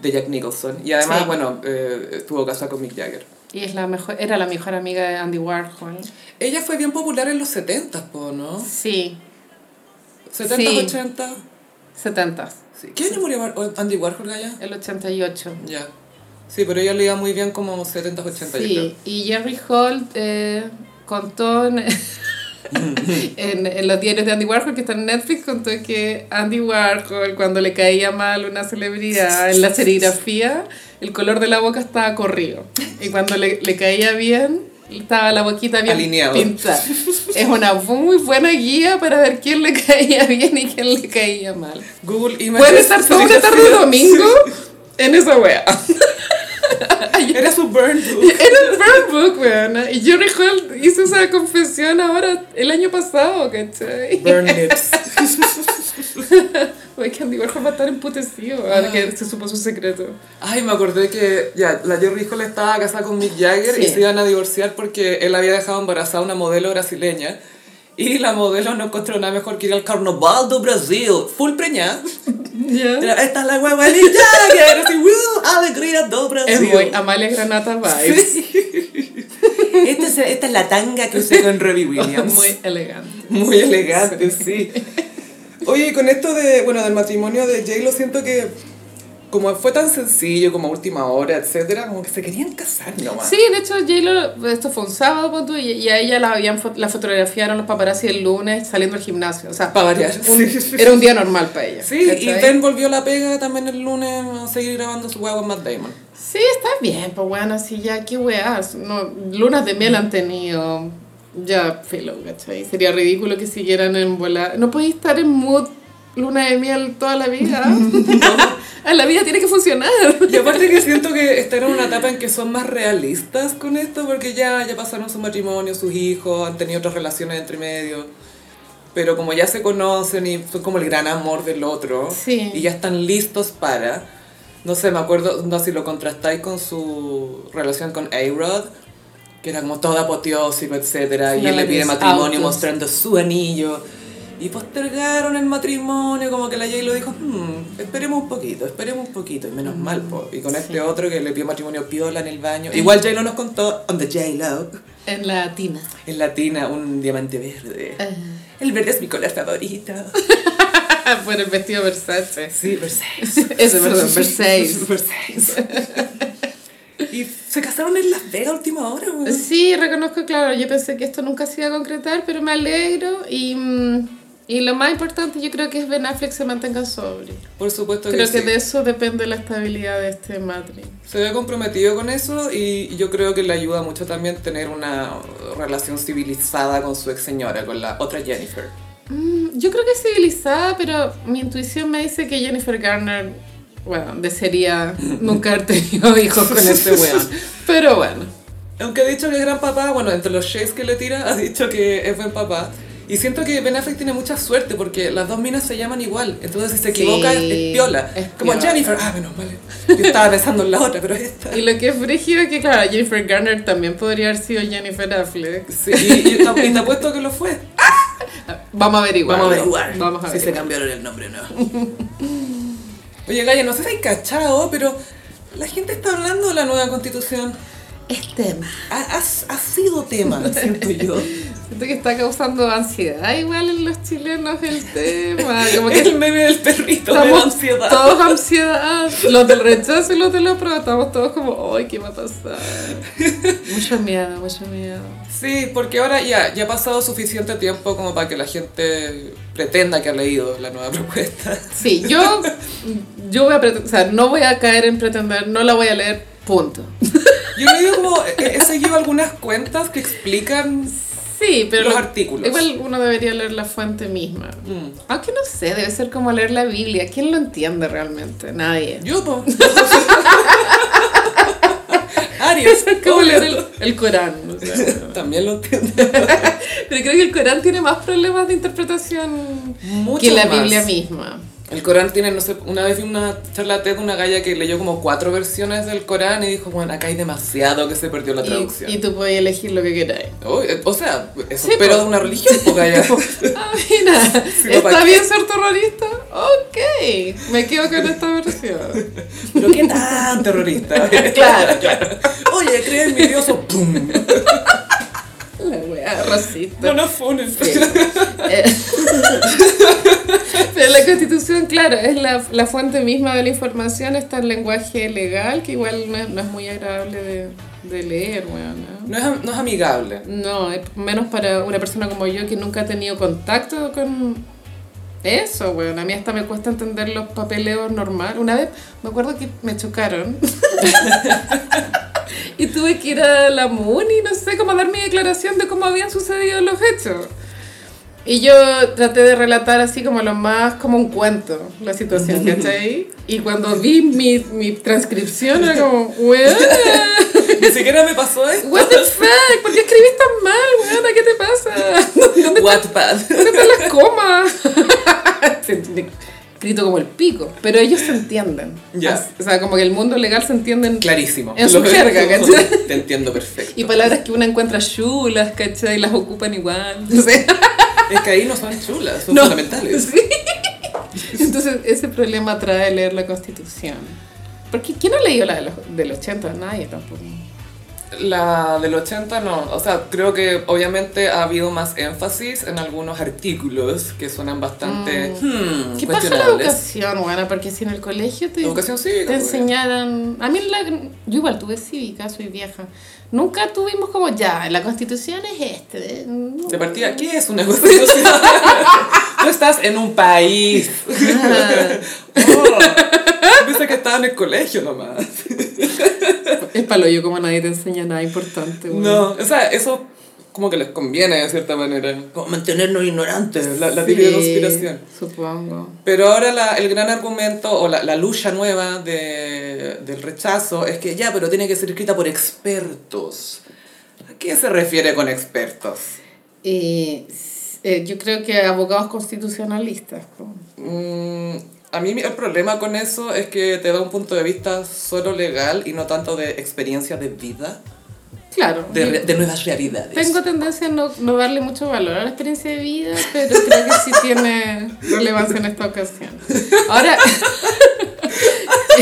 de Jack Nicholson. Y además,
Sí.
bueno, eh, estuvo casada con Mick Jagger.
Y es la mejor, era la mejor amiga de Andy Warhol.
Ella fue bien popular en los 70, po, ¿no?
Sí,
70,
Sí.
80.
70s,
Sí. ¿Qué año murió War- Andy Warhol allá?
el 88.
Ya. Sí, pero ella le iba muy bien como 70, 80 yo creo.
Sí, y Jerry Hall eh, contó en, en- en los diarios de Andy Warhol que están en Netflix, contó que Andy Warhol cuando le caía mal una celebridad en la serigrafía, el color de la boca estaba corrido. Y cuando le, le caía bien, estaba la boquita bien
Alineado.
pintada. Es una muy buena guía para ver quién le caía bien y quién le caía mal.
Google Images.
Pueden estar toda una tarde de domingo en esa wea.
Era su burn book.
Era el Burn Book, weona. Y Jerry Hall hizo esa confesión ahora, el año pasado, ¿cachai?
Burn lips.
Wey, que Andy Warhol va a estar emputecido ahora que se supo su secreto.
Ay, me acordé que ya, la Jerry Hall estaba casada con Mick Jagger y
Sí.
se iban a divorciar porque él había dejado embarazada a una modelo brasileña. Y la modelo no encontró nada mejor que ir al carnaval do Brasil, full preñada.
¿Ya?
Era, Esta es la hueva de Mick Jagger, así, "Woo, alegría do
Es
Brasil.
muy Amalia Granata vibes.
Esta Este es, esta es la tanga que usé con Robbie Williams.
Muy elegante.
Muy elegante, sí. Oye, y con esto de, bueno, del matrimonio de Jay, lo siento que como fue tan sencillo, como a última hora, etcétera, como que se querían casar nomás.
Sí, de hecho, J-Lo, esto fue un sábado, pon tú, y y a ella la, habían fo- la fotografiaron los paparazzi el lunes saliendo al gimnasio. O sea,
Para variar.
un-
Sí.
era un día normal para ella.
Sí, y
¿cachai?
Ben volvió a la pega también el lunes a seguir grabando su huevo con Matt Damon.
Sí, está bien, pues bueno, así ya, qué weas. No, lunas de miel han tenido. Ya, filo, ¿cachai? Sería ridículo que siguieran en bola. No podéis estar en mood luna de miel toda la vida. A la vida tiene que funcionar.
Y aparte que siento que están en una etapa en que son más realistas con esto, porque ya, ya pasaron su matrimonio, sus hijos, han tenido otras relaciones entre medio. Pero como ya se conocen y son como el gran amor del otro,
Sí.
y ya están listos para, no sé, me acuerdo, no si lo contrastáis con su relación con A-Rod, que era como todo apoteósico, etcétera, y
Sí,
él le pide
los
matrimonio
autos.
mostrando su anillo. Y postergaron el matrimonio, como que la Jay lo dijo, "Hmm, esperemos un poquito, esperemos un poquito, y menos mal, po. Y con este otro que le pidió matrimonio piola en el baño. Igual J-Lo nos contó, on the J-Lo,
En la tina.
en latina, un diamante verde. El verde es mi color favorito.
Por Ah, el vestido Versace.
Sí, Versace.
Ese, perdón, Versace.
Versace. Y se casaron en Las Vegas a última hora, weón.
Sí, reconozco, claro, yo pensé que esto nunca se iba a concretar, pero me alegro y, mm, y lo más importante yo creo que es Ben Affleck se mantenga sobrio.
Por supuesto que,
Creo que
sí.
de eso depende la estabilidad de este matrimonio.
Se ve comprometido con eso y yo creo que le ayuda mucho también tener una relación civilizada con su ex señora, con la otra Jennifer.
Mm, Yo creo que es civilizada, pero mi intuición me dice que Jennifer Garner, bueno, desearía nunca haber tenido hijos con este weón. Pero bueno,
Aunque ha dicho que es gran papá, bueno, entre los shades que le tira, ha dicho que es buen papá. Y siento que Ben Affleck tiene mucha suerte porque las dos minas se llaman igual. Entonces, si se
Sí,
equivoca, es- es piola.
es
Como
piola.
Jennifer. Ah, menos mal. Yo estaba pensando en la otra, pero es esta.
y lo que es frígido es que, claro, Jennifer Garner también podría haber sido Jennifer Affleck.
Sí, y, y te- y te apuesto que lo fue.
Vamos a averiguar.
Vamos a averiguar.
Vamos a
Si se
averiguar.
cambiaron el nombre o no. Oye, Gaya, no sé si hay cachado, pero la gente está hablando de la nueva constitución.
Es tema.
Ha, ha- ha sido tema, siento yo.
Siento que está causando ansiedad igual en los chilenos el tema. Como que
el meme del perrito de la
Estamos
ansiedad.
todos ansiedad. Los del rechazo y los de la prueba, estamos todos como, ¡ay, qué va a pasar! mucho miedo, mucho miedo.
Sí, porque ahora ya, ya ha pasado suficiente tiempo como para que la gente pretenda que ha leído la nueva propuesta.
Sí, yo, yo voy a preten- o sea, no voy a caer en pretender, no la voy a leer, punto.
Yo he leído como, he, he seguido algunas cuentas que explican...
Sí, pero.
Los
lo-
artículos.
Igual uno debería leer la fuente misma.
Mm.
Aunque no sé, debe ser como leer la Biblia. ¿Quién lo entiende realmente? Nadie.
Yo, po. Aries,
Es como leer el, el Corán. o sea.
También lo entiendo.
Pero creo que el Corán tiene más problemas de interpretación
Mucho
que la
más.
Biblia misma.
El Corán tiene, no sé, una vez vi una charla TED de una galla que leyó como cuatro versiones del Corán y dijo, bueno, acá hay demasiado que se perdió la
Y-
traducción.
Y, tú puedes elegir lo que queráis.
Uy, eh, o sea, eso
Sí, pues.
espero
po.
de una religión, po, galla.
Ah, mira,
Sí, papá.
¿está bien ser terrorista? Ok, me quedo con esta versión.
Pero qué tan terrorista.
Claro, claro.
Oye, creen en mi Dios o pum.
La wea Ah, racista.
No nos funen.
Sí. Eh, Pero la constitución, claro, es la, la fuente misma de la información, está el lenguaje legal, que igual no es, no es muy agradable de, de leer, weón. ¿no?
No es, am- no es amigable.
No, es menos para una persona como yo que nunca ha tenido contacto con eso, weón. A mí hasta me cuesta entender los papeleos normal. Una vez me acuerdo que me chocaron. y tuve que ir a la MUNI, no sé, como a dar mi declaración de cómo habían sucedido los hechos. Y yo traté de relatar así como lo más como un cuento la situación, ¿cachai? Y cuando vi mi, mi transcripción era como, weón.
Ni siquiera me pasó esto.
What the fuck? ¿Por qué escribís tan mal, weona? ¿Qué te pasa? ¿Dónde
Wattpad.
están las comas? Escrito como el pico. Pero ellos se entienden.
Ya.
As- O sea, como que el mundo legal se entiende en-
Clarísimo.
En su
Lo-
jerga, ¿cachai?
Te entiendo perfecto.
Y palabras que una encuentra chulas, ¿cachai? Las ocupan igual. No sé.
Es que ahí no son chulas, son
No.
fundamentales.
Sí. Entonces, ese problema trae leer la Constitución. Porque ¿quién ha leído la de los, del 80? Nadie tampoco.
La del 80 no, o sea, creo que obviamente ha habido más énfasis en algunos artículos que suenan bastante hmm,
Mm. ¿Qué pasa la
cuestionables.
educación, weona? Porque si en el colegio te...
Educación cívica,
Te
pues.
enseñaron. A mí, la, yo igual tuve cívica, soy vieja. Nunca tuvimos como ya, la constitución es este. ¿eh? No.
De partida, ¿qué es una constitución? Tú estás en un país.
Ah,
Oh, pensé que estaba en el colegio nomás.
es palo yo, como nadie te enseña nada importante. weón.
No, o sea, eso como que les conviene de cierta manera. Como mantenernos ignorantes, la, la
Sí,
teoría de conspiración.
Supongo.
Pero ahora la- el gran argumento o la, la lucha nueva de- del rechazo es que ya, pero tiene que ser escrita por expertos. ¿A qué se refiere con expertos?
Eh, s- eh, yo creo que abogados constitucionalistas. como-
Mm, a mí mi- el problema con eso es que te da un punto de vista solo legal y no tanto de experiencia de vida,
Claro.
de,
yo
re- de nuevas realidades.
Tengo tendencia a no, no darle mucho valor a la experiencia de vida, pero creo que sí tiene relevancia en esta ocasión. Ahora.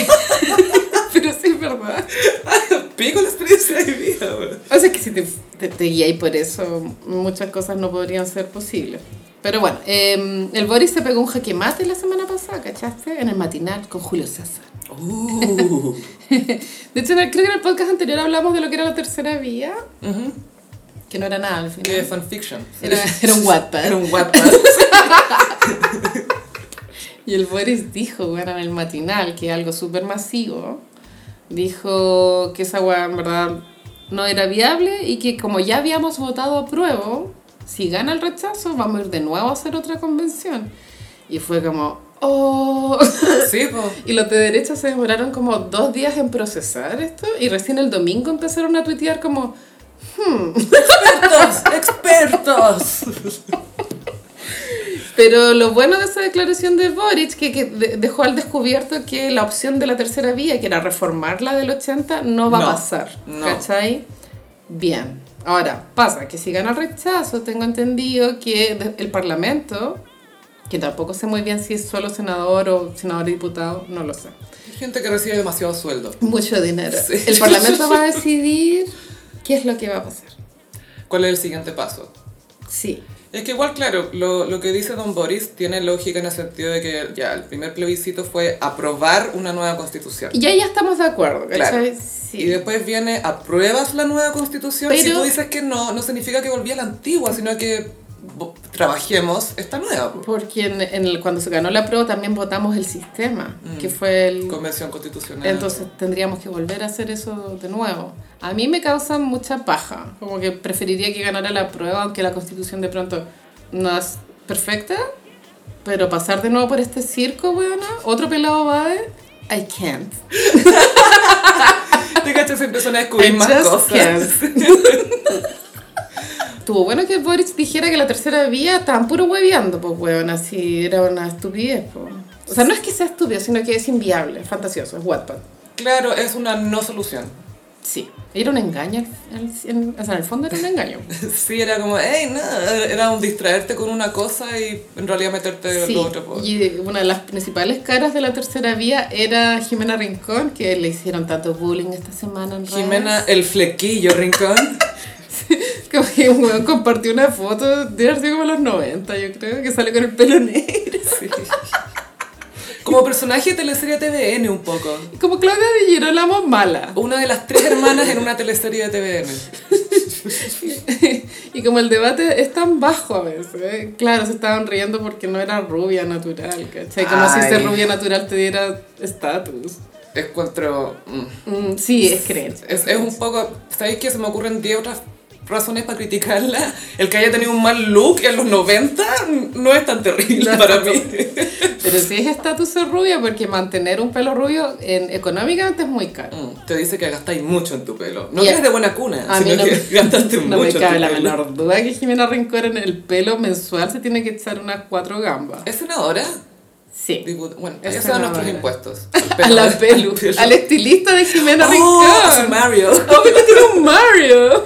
pero sí es verdad.
Pico la experiencia de vida, güey.
O sea, que si te, te, te guiáis por eso, muchas cosas no podrían ser posibles. Pero bueno, eh, el Boris se pegó un jaque mate la semana pasada, ¿cachaste? En el matinal con Julio César.
Uh,
De hecho, en el- creo que en el podcast anterior hablamos de lo que era la tercera vía, que no era nada al
que
final.
fanfiction.
Era, era un Wattpad.
Era un Wattpad.
Y el Boris dijo, bueno, en el matinal, que es algo súper masivo, dijo que esa weá en verdad no era viable y que como ya habíamos votado a prueba, si gana el rechazo, vamos a ir de nuevo a hacer otra convención. Y fue como, oh.
Sí, po.
Y los de derecha se demoraron como dos días en procesar esto y recién el domingo empezaron a tuitear como,
¡Expertos! ¡Expertos!
Pero lo bueno de esa declaración de Boric, que, que de- dejó al descubierto que la opción de la tercera vía, que era reformar la del 80, no va
No,
a pasar.
no.
¿Cachai? Bien. Ahora, pasa que si gana el rechazo, tengo entendido que de- el Parlamento, que tampoco sé muy bien si es solo senador o senador y diputado, no lo sé.
Hay gente que recibe demasiado sueldo.
Mucho dinero.
Sí.
El Parlamento va a decidir qué es lo que va a pasar.
¿Cuál es el siguiente paso?
Sí.
Es que igual, claro, lo, lo que dice Don Boris tiene lógica en el sentido de que ya el primer plebiscito fue aprobar una nueva constitución.
Y ahí ya estamos de acuerdo,
Claro.
¿cachai? Sí.
Y después viene, apruebas la nueva constitución. Si
Pero-
tú dices que no, no significa que volví a la antigua, sino que bo- trabajemos esta nueva po.
Porque en, en el- cuando se ganó la prueba también votamos el sistema, que fue el...
convención constitucional.
Entonces tendríamos que volver a hacer eso de nuevo. A mí me causa mucha paja, como que preferiría que ganara la prueba, aunque la constitución de pronto no es perfecta, pero pasar de nuevo por este circo, weona, otro pelado va a... I can't.
Te cachas, se empiezan a
I
descubrir más
just
cosas.
Estuvo bueno que Boric dijera que la tercera vía estaban puro hueveando, pues weón, así era una estupidez, pues. O sea, no es que sea estúpido, sino que es inviable, es fantasioso, es Wattpad.
Claro, es una no solución.
Sí. Era un engaño, al- al- en- o sea, en el fondo era un engaño.
Sí, era como, hey, no, era un distraerte con una cosa y en realidad meterte en
Sí,
lo otro. pues. po.
y una de las principales caras de la tercera vía era Jimena Rincón, que le hicieron tanto bullying esta semana en redes.
Jimena, el flequillo, rincón.
Como que un weón compartió una foto de haber sido como los 90, yo creo, que sale con el pelo negro.
Como personaje de teleserie TVN un poco.
Como Claudia de Girolamo mala.
Una de las tres hermanas en una teleserie de TVN.
y como el debate es tan bajo a veces, ¿eh? claro, se estaban riendo porque no era rubia natural, ¿cachai? Como si
Ay.
ser rubia natural te diera estatus.
Encuentro... mm,
Mm, sí, es creencia.
Es, es un poco... ¿Sabéis que se me ocurren 10 otras razones para criticarla? El que haya tenido un mal look en los 90 no es tan terrible
No,
para
no.
mí.
Pero sí es estatus ser rubia porque mantener un pelo rubio en- económicamente es muy caro.
Mm, Te dice que gastáis mucho en tu pelo. No
Y
que
a-
eres de buena cuna,
A mí
sino
no,
que gastaste
me, no me
mucho en
cabe
tu
la
pelo.
menor duda que Jimena Rincón en el pelo mensual se tiene que echar unas cuatro gambas.
¿Es senadora?
Sí.
Dipu- Bueno,
Es
esos son nuestros
senadora.
impuestos.
A la pelu. Al estilista de Jimena
Oh,
Rincón.
Mario.
¡Oh, pero tiene un Mario!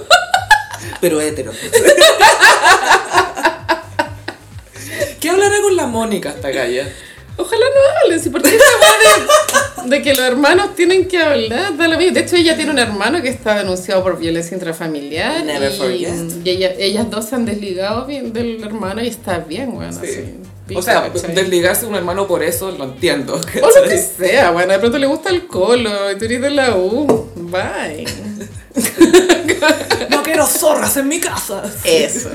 Pero hétero. ¿Qué hablará con la Mónica esta galla?
Ojalá no hablen, si por qué esa weá de, de que los hermanos tienen que hablar, da lo mismo. De hecho, ella tiene un hermano que está denunciado por violencia intrafamiliar.
Never
y,
forget.
y ella- ellas dos se han desligado bien del hermano y está bien, bueno,
Sí.
así.
O sea,
¿cachai?
desligarse de un hermano por eso lo entiendo.
O lo que sea, bueno, de pronto le gusta el colo y tú eres de la U. Bye.
No quiero zorras en mi casa.
Eso.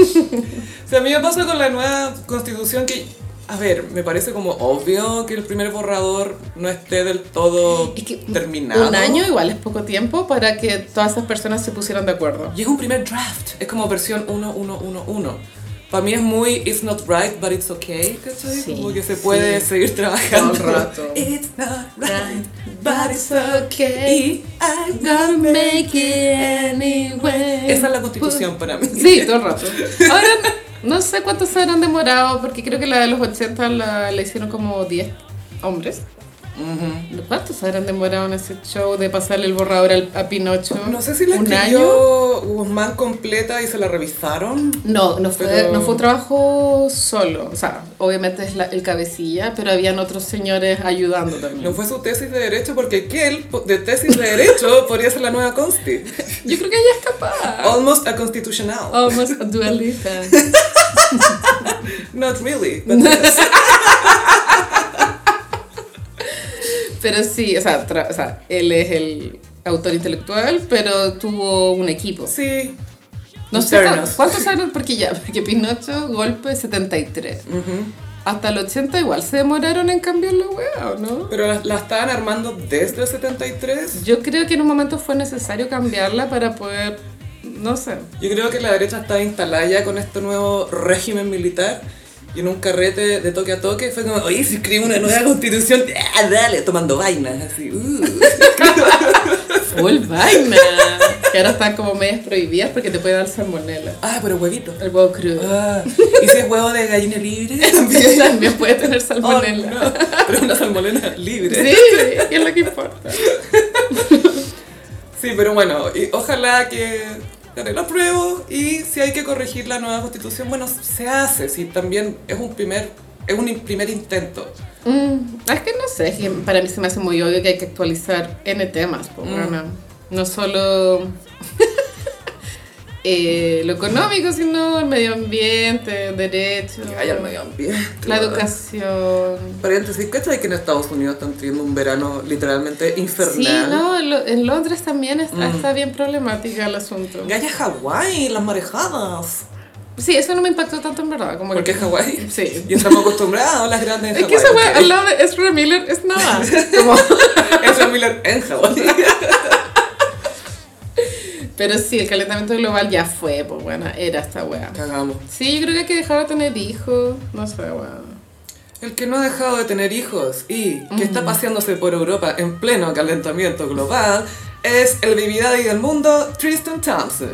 O sea, a mí me pasa con la nueva constitución que, a ver, me parece como obvio que el primer borrador no esté del todo
Es que
terminado.
Un año igual es poco tiempo para que todas esas personas se pusieran de acuerdo.
Llega un primer draft. Es como versión 1111. Para mí es muy it's not right, but it's okay, ¿cachai?
Sí,
como que se puede
sí.
seguir trabajando.
Todo el rato.
It's not right, but
But
it's
it's
okay.
okay.
I'm
Gonna
gonna make
make it anyway.
Esa es la constitución para mí.
Sí, todo el rato. Ahora, no sé cuántos se habrán demorado, porque creo que la de los 80 la, la hicieron como 10 hombres.
Ujú.
¿Cuántos se habrán demorado en ese show de pasarle el borrador al- a Pinocho?
No sé si la
¿Un año?
escribió Guzmán completa y se la revisaron.
No, no fue,
Pero-
no fue un trabajo solo. O sea, obviamente es la- el cabecilla, pero habían otros señores ayudando también.
No fue su tesis de derecho porque Kiel, de tesis de derecho, podría ser la nueva consti.
Yo creo que ella es capaz. Oh.
Almost a constitutional.
Almost a dualita.
Not really. but yes.
Pero sí, o sea, tra- o sea, él es el autor intelectual, pero tuvo un equipo.
sí.
No sé
Fair
cu-
enough.
cuántos años, porque ya, porque Pinocho, golpe 73.
Ujú.
Hasta el 80 igual se demoraron en cambiar la wea, ¿o no?
Pero la, la estaban armando desde el 73.
Yo creo que en un momento fue necesario cambiarla para poder, no sé.
Yo creo que la derecha estaba instalada ya con este nuevo régimen militar. Y en un carrete de toque a toque fue como, oye, si escribe una nueva constitución, ¡ah, dale, tomando vainas, así, uh.
Full vaina. que ahora están como medias prohibidas porque te puede dar salmonela.
ah, pero huevito.
El huevo crudo.
Ah, y si es huevo de gallina libre, también.
También puede tener
Oh,
salmonela.
no, pero una salmolena libre.
Sí, es lo que importa.
Sí, pero bueno, y ojalá que la lo apruebo y si hay que corregir la nueva constitución, bueno, se hace, sí, también es un primer, es un primer intento.
Mm, es que no sé, es que para mí se me hace muy obvio que hay que actualizar N temas, po, weona. no solo eh, lo económico, sino el medio ambiente, derechos,
ambiente.
la educación.
Paréntesis, ¿cachai que en Estados Unidos están teniendo un verano literalmente infernal?
Sí, no, lo- en Londres también es- está, bien problemática el asunto.
Gaya Hawái, las marejadas.
Sí, eso no me impactó tanto en verdad. Como
Porque es
que,
Hawái.
Sí.
Y estamos acostumbrados a las grandes en
Es que esa
Hawái,
wea
¿cachai?
al lado de Ezra Miller es nada. Como-
Ezra Miller en Hawái.
Pero sí, el calentamiento global ya fue, pues bueno, era esta wea.
Cagamos.
Sí, yo creo que hay que dejar de tener hijos, no sé, weón.
El que no ha dejado de tener hijos y que está paseándose por Europa en pleno calentamiento global es el vividaddy del mundo, Tristan Thompson.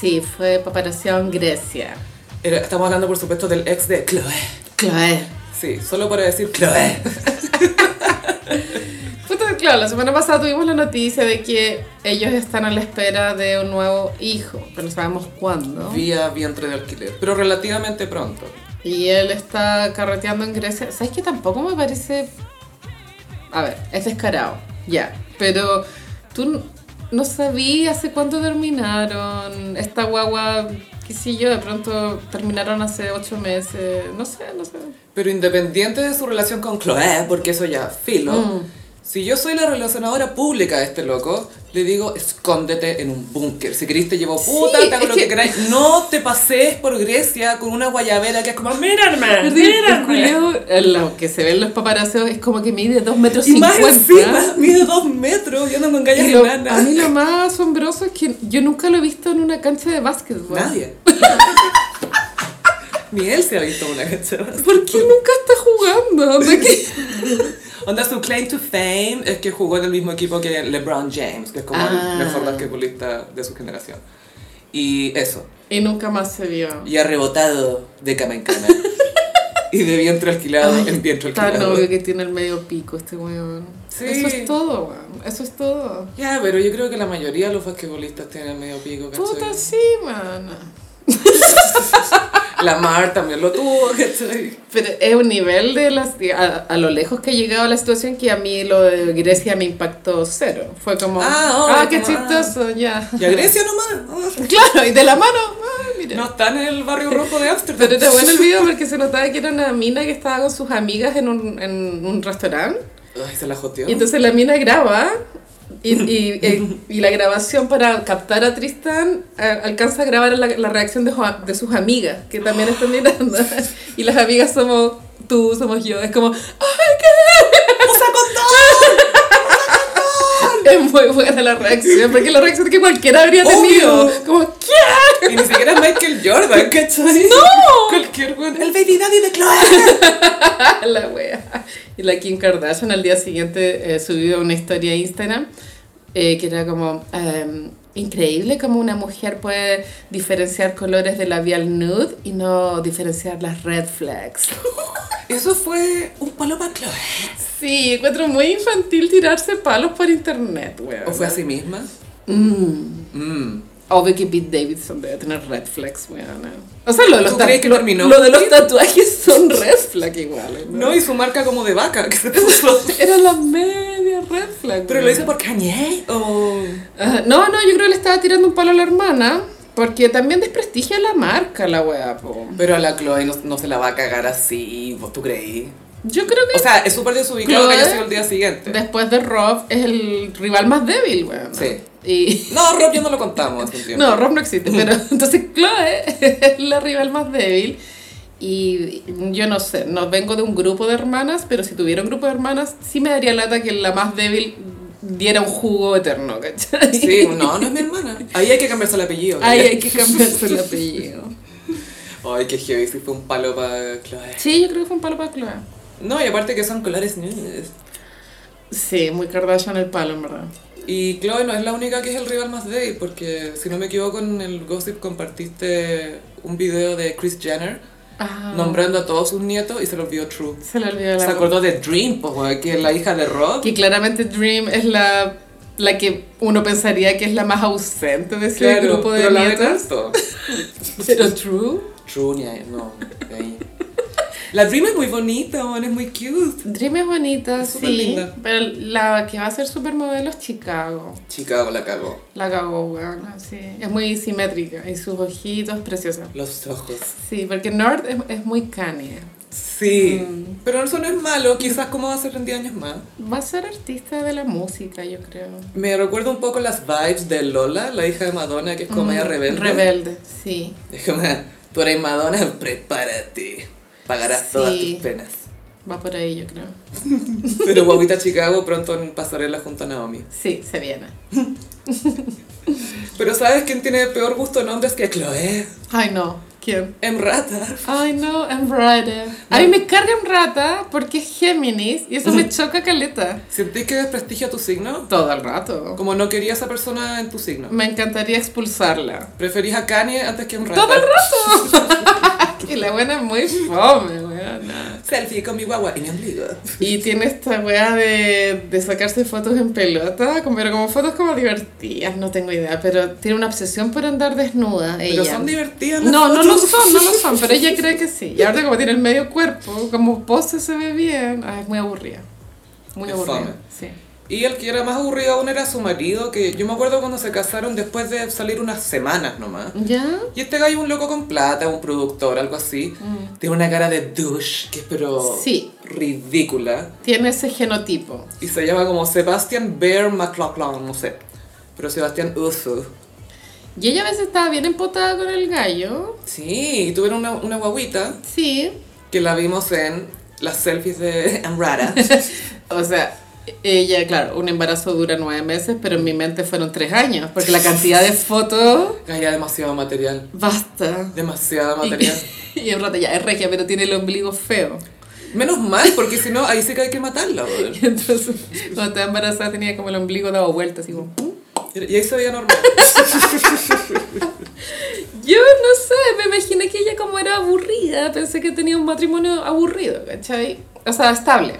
Sí, fue paparazziado en Grecia.
Era- Estamos hablando, por supuesto, del ex de Chloe.
Chloe.
Sí, solo para decir Chloe.
Entonces, claro, la semana pasada tuvimos la noticia de que ellos están a la espera de un nuevo hijo, pero no sabemos cuándo.
Vía vientre de alquiler, pero relativamente pronto.
Y él está carreteando en Grecia. ¿Sabes que tampoco me parece... A ver, es descarado, ya. Pero tú n- no sabías hace cuánto terminaron. Esta guagua, qué sé yo, de pronto terminaron hace ocho meses. No sé, no sé.
Pero independiente de su relación con Chloe, porque eso ya filo,
Mm.
si yo soy la relacionadora pública de este loco, le digo, escóndete en un búnker. Si querés te llevo puta,
Sí,
te hago
es
lo
que-
que, queráis. No te pasees por Grecia con una guayabera que es como, mírame,
Perdí, el
mírame.
culiao, eh, lo que se ven los paparazos es como que mide 2 metros
Y más
50.
encima, mide dos metros, yo no me engañas
Y
ni
lo- a
nada.
mí lo más asombroso es que yo nunca lo he visto en una cancha de básquetbol.
Nadie. ni él se ha visto una cachada.
¿Por qué nunca está jugando? ¿De qué?
Onda, su claim to fame es que jugó en el mismo equipo que LeBron James, que es como
Ah.
el mejor basquetbolista de su generación. Y eso.
Y nunca más se vio.
Y ha rebotado de cama en cama. y de vientre alquilado en vientre
Tan
alquilado.
obvio
Ya,
que tiene el medio pico este weón.
Sí.
Eso es todo, weón. Eso es todo.
pero yo creo que la mayoría de los basquetbolistas tienen medio pico, ¿cachai?
Puta, sí, man.
Lamar también lo tuvo, ¿cachai?
Pero es un nivel de las, a, a lo lejos que ha llegado la situación que a mí lo de Grecia me impactó cero. Fue como,
Ah, oh,
ah, qué
como, ah.
chistoso, ya.
Y a Grecia nomás. Ah,
Claro, y de la mano, ah, mira.
No están en el barrio rojo de Ámsterdam.
Pero era bueno el video porque se notaba que era una mina que estaba con sus amigas en un, en un restaurante.
Ay, se la joteó.
Y entonces la mina graba y, y- y- y la grabación para captar a Tristan eh, alcanza a grabar la, la reacción de, jo- de sus amigas que también están mirando. Y las amigas somos tú, somos yo. Es como,
¡Usa condón!
es muy buena la reacción porque es la reacción que cualquiera habría tenido.
Obvio.
Como, ¿qué?
Y ni siquiera es Michael Jordan, ¿cachai?
¡No!
Cualquier weón. El baby daddy de Chloe.
la wea. Y la Kim Kardashian al día siguiente eh, subió una historia a Instagram eh, que era como em, increíble como una mujer puede diferenciar colores de labial nude y no diferenciar las red flags.
Eso fue un palo para Chloe.
Sí, encuentro muy infantil tirarse palos por internet, weón.
¿O fue así misma? Mm.
Obvio que Pete Davidson debe tener red flags, weón. O sea, lo de los
¿Tú crees
ta-
que lo arruinó?
lo de los tatuajes son red flag igual.
No, y su marca como de vaca que se puso.
Era la media red flag.
Pero lo
weón.
hizo por Kanye. O...
Eh, Ah, no, no, yo creo que le estaba tirando un palo a la hermana. Porque también desprestigia la marca la weá, po.
Pero a la Chloe no, no se la va a cagar así, ¿vos tú creí?
Yo creo que
O sea, es súper desubicado que haya
Chloe-
sido el día siguiente.
después de Rob es el rival más débil, weón.
Sí.
Y...
No, Rob ya no lo contamos hace un tiempo.
No, Rob no existe, pero entonces Chloe es la rival más débil. Y yo no sé, no vengo de un grupo de hermanas, pero si tuviera un grupo de hermanas, sí me daría lata que la más débil diera un jugo eterno, ¿cachai?
Sí, no, no es mi hermana. Ahí hay que cambiarse el apellido.
Ay, hay que cambiarse el apellido.
Ay, qué heavy, sí fue un palo para Chloe.
Sí, yo creo que fue un palo para Chloe.
No, y aparte que son colores nudes.
Sí, muy Kardashian el palo, en verdad.
Y Chloe no es la única que es el rival más débil, porque si no me equivoco, en el gossip compartiste un video de Chris Jenner
Ah,
nombrando a todos sus nietos y se lo olvidó True.
se le olvidó
Se
la
acordó de Dream, pues, güey, que es la hija de Rob.
Que claramente Dream es la, la que uno pensaría que es la más ausente de ese
Claro,
grupo de
pero la de
nietas.
tanto.
Pero True.
True, ni ahí, no, de ahí. La Dream es muy bonita, man, es muy cute.
Dream es bonita,
Es
sí.
superlinda.
Pero la que va a ser supermodelo es Chicago.
Chicago la cagó.
La cagó, weón. Ah, Sí. Es muy simétrica. Y sus ojitos preciosos.
Los ojos.
Sí, porque North es, es muy Kanye.
Sí,
Mm.
pero eso no es malo, quizás como va a ser en 10 años más.
Va a ser artista de la música, yo creo.
Me recuerda un poco las vibes de Lola, la hija de Madonna, que es como media
Mm,
rebelde.
Rebelde, sí.
Es como, tú eres Madonna, prepárate, pagarás
Sí.
todas tus penas.
Va por ahí, yo creo.
Pero guaguita Chicago pronto en pasarela junto a Naomi.
Sí, se viene.
Pero ¿sabes quién tiene peor gusto en hombres que Chloe?
Ay, no. ¿Quién?
En rata.
Ay, no, I'm Rider. A mí me cargan rata porque es Géminis y eso me choca caleta.
¿Sentís que desprestigia tu signo?
Todo el rato.
Como no quería a esa persona en tu signo.
Me encantaría expulsarla.
¿Preferís a Kanye antes que a un rata?
¡Todo el rato! y la buena es muy fome, weona.
Selfie con mi guagua y mi ombligo.
Y tiene esta weá de, de sacarse fotos en pelota, como- pero como fotos como divertidas, no tengo idea. Pero tiene una obsesión por andar desnuda.
Pero
ella.
son divertidas las
No, no lo
fotos.
son, no lo son, pero ella cree que sí. Y ahora como tiene el medio cuerpo, como pose se ve bien, ay, es muy aburrida. Muy
Es fome.
aburrida, sí.
Y el que era más aburrido aún era su marido, que yo me acuerdo cuando se casaron después de salir unas semanas nomás.
¿Ya?
Y este gallo es un loco con plata, un productor, algo así.
Mm.
Tiene una cara de douche, que es pero
Sí.
ridícula.
Tiene ese genotipo.
Y se llama como Sebastian Bear McLaughlin, no sé. Pero Sebastian Urso.
Y ella a veces estaba bien empotada con el gallo.
Sí, y tuvieron una, una guaguita
Sí.
que la vimos en las selfies de Amrata.
O sea, ella, claro, un embarazo dura nueve meses, pero en mi mente fueron tres años, porque la cantidad de fotos,
Gaya demasiado material.
basta.
Demasiado
Y,
material.
y en rato ya es regia, pero tiene el ombligo feo.
Menos mal, porque si no, ahí sí que hay que matarla. weón.
Y entonces, cuando estaba embarazada, tenía como el ombligo dado vuelta, así como... ¡pum!
Y ahí se veía normal.
Yo no sé, me imaginé que ella como era aburrida, pensé que tenía un matrimonio aburrido, ¿cachai? O sea, estable.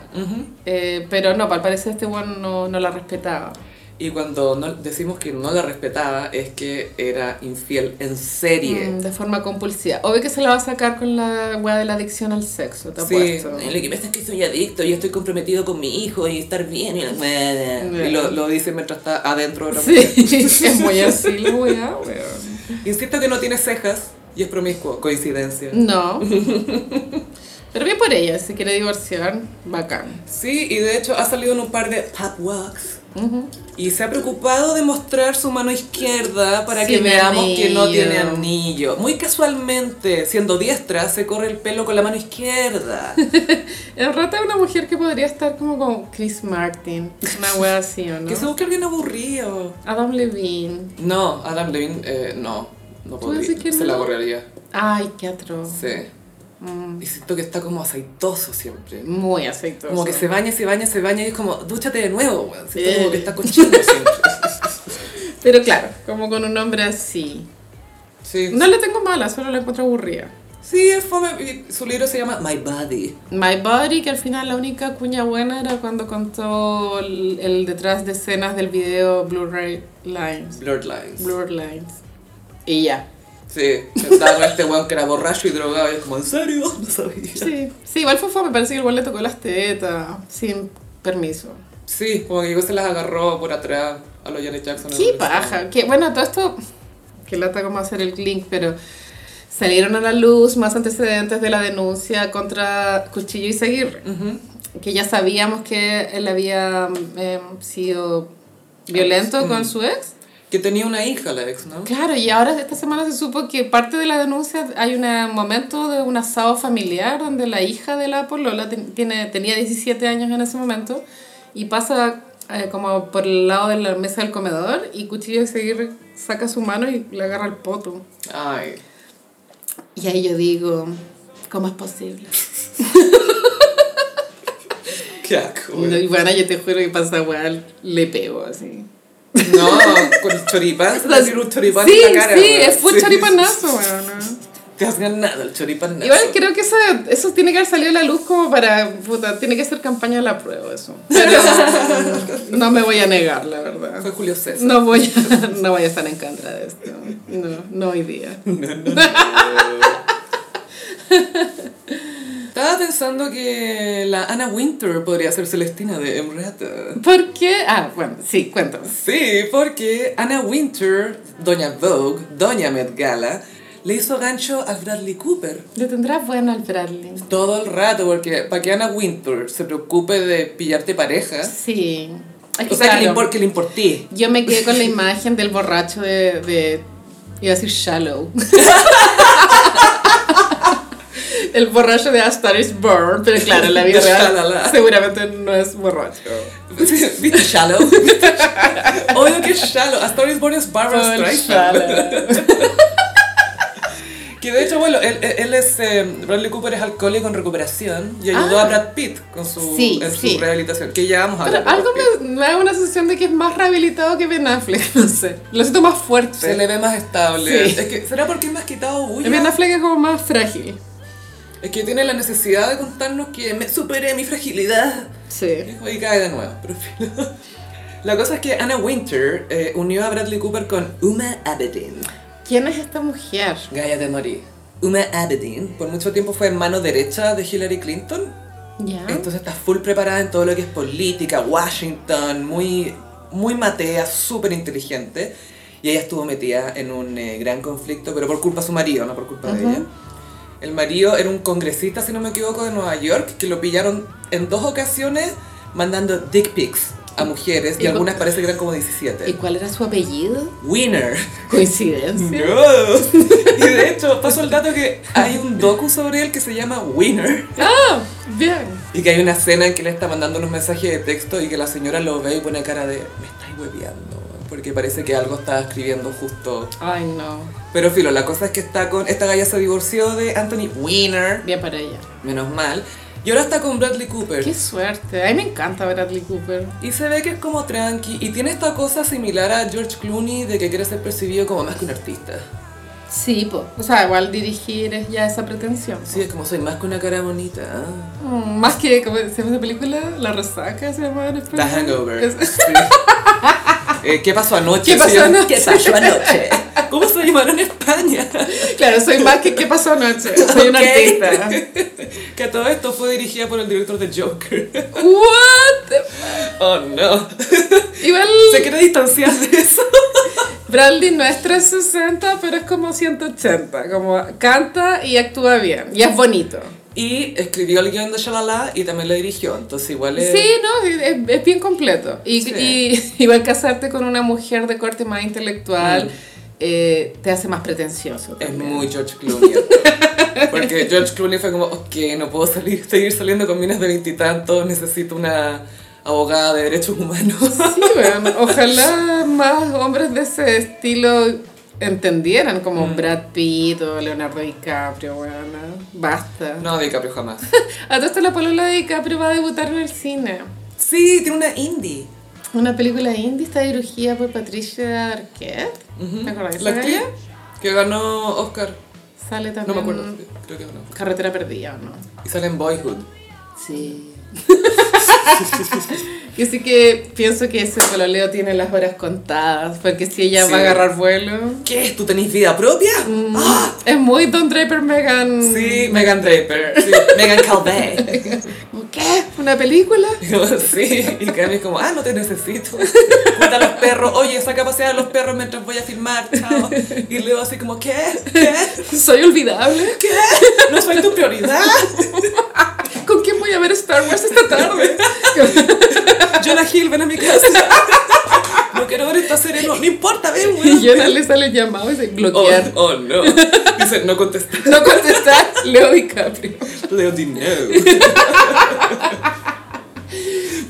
Eh, pero no, al parecer este one no, no la respetaba.
Y cuando no- decimos que no la respetaba, es que era infiel en serie.
Mm, de forma compulsiva. Obvio que se la va a sacar con la weá de la adicción al sexo, te
Sí,
apuesto.
lo que pasa es que soy adicto, yo estoy comprometido con mi hijo y estar bien. Y, la madre. Y lo, lo dice mientras está adentro de la mujer.
Sí, es muy así la weá, weón.
Insisto que no tiene cejas y es promiscuo. Coincidencia.
No. Pero bien por ella, si quiere divorciar, bacán.
Sí, y de hecho ha salido en un par de pop walks. Y se ha preocupado de mostrar su mano izquierda para
Sí,
que
mi
veamos que no
anillo.
tiene anillo. Muy casualmente, siendo diestra, se corre el pelo con la mano izquierda.
El rata es una mujer que podría estar como con Chris Martin, una weá así, ¿o no?
Que se busque alguien aburrido.
Adam Levine.
No, Adam Levine, eh, no. No
¿Tú
podría.
dices que
Se la
no?
borraría.
Ay, qué atroz.
Sí.
Mm,
Y siento que está como aceitoso siempre.
muy aceitoso.
Como que se baña, se baña, se baña y es como, dúchate de nuevo, weón. Siento
Eh.
como que está cochino siempre.
Pero claro, como con un hombre así.
Sí.
No le tengo mala, solo la encuentro aburrida.
Sí, es fome. Y Su libro se llama My Body.
My Body, que al final la única cuña buena era cuando contó el, el detrás de escenas del video Blu-ray Lines.
Blurred Lines.
Blur Lines. Y ya.
Sí, estaba con este weón que era borracho y drogado y es como, ¿en serio? No sabía. Sí.
Sí, sí igual fue fome, parece que igual le tocó las tetas, sin permiso.
como que se las agarró por atrás a los Janet Jackson.
Qué paja. Que, bueno, todo esto que lata cómo hacer el link, pero salieron a la luz más antecedentes de la denuncia contra Cuchillo y Seguir,
Ujú.
que ya sabíamos que él había eh, sido violento con su ex.
Que tenía una hija la ex, ¿no?
Claro, y ahora esta semana se supo que parte de la denuncia hay una- un momento de un asado familiar donde la hija de la polola ten- tiene, tenía 17 años en ese momento y pasa eh, como por el lado de la mesa del comedor y Cuchillo de Seguir saca su mano y le agarra el poto.
Ay.
Y ahí yo digo, ¿cómo es posible?
Qué asco,
Y no,
güey.
y bueno, yo te juro que pasa igual, le pego así.
No, con el choripán. te hacen un choripán
sí,
en la cara,
sí,
güey.
es full
Sí.
choripanazo, weón.
Te has ganado el choripán.
Igual creo que eso, eso tiene que haber salido a la luz como para, puta, tiene que ser campaña a la prueba eso. Pero no me voy a negar, la verdad.
Fue Julio César.
No voy a, no voy a estar en contra de esto. No, no hoy día.
Estaba pensando que la Anna Winter podría ser Celestina de Emrata.
¿Por qué? Ah, bueno, sí, cuéntame.
Sí, porque Anna Winter, Doña Vogue, Doña Met Gala, le hizo gancho al Bradley Cooper.
Le tendrás bueno al Bradley.
Todo el rato, porque para que Anna Winter se preocupe de pillarte pareja,
Sí. Es
o sea, que, le
claro,
impor- que le importé.
Yo me quedé con la imagen del borracho de, de iba a decir shallow. El borracho de A Star is Born, pero claro, en la vida
De
real
Shalala.
seguramente no es borracho.
¿Viste Shallow? Odio que es Shallow. A Star is Born es Barbara
Todo el
Streisand.
shallow.
Que de hecho, bueno, él, él- él es, eh, Bradley Cooper es alcohólico en recuperación y ayudó
Ah.
a Brad Pitt con su,
Sí,
en su
sí.
rehabilitación, que ya vamos a hablar.
Pero
de Brad
algo
Pitt.
me, me da una sensación de que es más rehabilitado que Ben Affleck, no sé. Lo siento más
Se
fuerte.
le ve más estable.
Sí.
Es que, ¿Será porque es más quitado bulla?
Ben Affleck es como más frágil.
Es que tiene la necesidad de contarnos que me superé mi fragilidad.
Sí.
Y cae de nuevo, pero en fin. La cosa es que Anna Winter eh, unió a Bradley Cooper con Uma Abedin.
¿Quién es esta mujer?
Gaia de morí. Uma Abedin por mucho tiempo fue mano derecha de Hillary Clinton.
¿Ya?
Entonces está full preparada en todo lo que es política, Washington, muy, muy matea, súper inteligente. Y ella estuvo metida en un eh, gran conflicto, pero por culpa de su marido, no por culpa de ella. El marido era un congresista, si no me equivoco, de Nueva York, que lo pillaron en dos ocasiones mandando dick pics a mujeres,
¿Y
y
cu-
algunas parece que eran como
¿Y
17.
cuál era su apellido?
Winner.
Coincidencia.
No. Y de hecho, paso el dato que hay un docu sobre él que se llama Winner.
Ah, bien.
Y que hay una escena en que le está mandando unos mensajes de texto y que la señora lo ve y pone cara de me estáis hueveando, porque parece que algo estaba escribiendo justo.
Ay, no.
Pero filo, la cosa es que está con esta galla se divorció de Anthony Weiner,
Bien para ella.
menos mal, y ahora está con Bradley Cooper.
Qué suerte. A mí me encanta Bradley Cooper.
Y se ve que es como tranqui y tiene esta cosa similar a George Clooney de que quiere ser percibido como más que un artista.
Sí, po. O sea, igual dirigir es ya esa pretensión.
Sí, es como soy más que una cara bonita. ah".
Mm, Más que, como se llama esa película? La resaca se llama en
The
español.
Hangover.
Es-
Sí. Eh, ¿Qué pasó anoche?
¿Qué pasó
Se llama-
anoche?
¿Qué pasó anoche? ¿Cómo se llamaron en España?
Claro, soy más que ¿Qué pasó anoche? Soy un
Ok.
artista.
Que a todo esto fue dirigida por el director de Joker.
What? the f-
Oh no.
Igual
Se quiere distanciar de eso.
Bradley no es 360, pero es como 180. Como canta y actúa bien. Y es bonito.
Y escribió el guión de Shalala y también lo dirigió. Entonces igual es...
Sí, no, es, es bien completo. Y,
Eh, Sí.
y, y va a casarte con una mujer de corte más intelectual, eh, te hace más pretencioso.
Mm. Es
también.
muy George Clooney. Porque George Clooney fue como, ok, no puedo salir, seguir saliendo con minas de veintitantos, necesito una abogada de derechos humanos.
Sí, weón, ojalá más hombres de ese estilo entendieran,
Mm.
como Brad Pitt o Leonardo DiCaprio, weón. Basta.
No, DiCaprio jamás.
A todo esto la polola de DiCaprio va a debutar en el cine.
Sí, tiene una indie.
Una película indie está dirigida por Patricia Arquette. ¿Te acordás? de
La
esa
actriz
galla?
que ganó Oscar.
Sale también.
No me acuerdo, creo que ganó.
Carretera perdida, ¿o no?
Y sale en Boyhood.
Sí. Yo sí que pienso que ese pololeo tiene las horas contadas, porque si ella
Sí.
va a agarrar vuelo...
¿Qué? ¿Tú tenés vida propia?
Mm,
¡Ah!
Es muy Don Draper Megan...
Sí, Megan Draper. Sí, Megan Calvé.
¿Cómo, ¿Qué? ¿Una película?
Sí, y Cami es como, ah, no te necesito. Cuenta a los perros, oye, saca a pasear a los perros mientras voy a filmar, chao. Y Leo así como, ¿qué? ¿Qué?
¿Soy olvidable?
¿No soy tu prioridad?
¿Con quién voy a ver Star Wars esta tarde?
Jonah Hill, ven a mi casa. No quiero ver esta serie, no, no importa, ven,
Y
güey.
Jonah le sale el llamado y dice,
Oh,
bloquear.
oh, no. Dice, no contesté.
No contestar, Leo DiCaprio.
Leo, di no.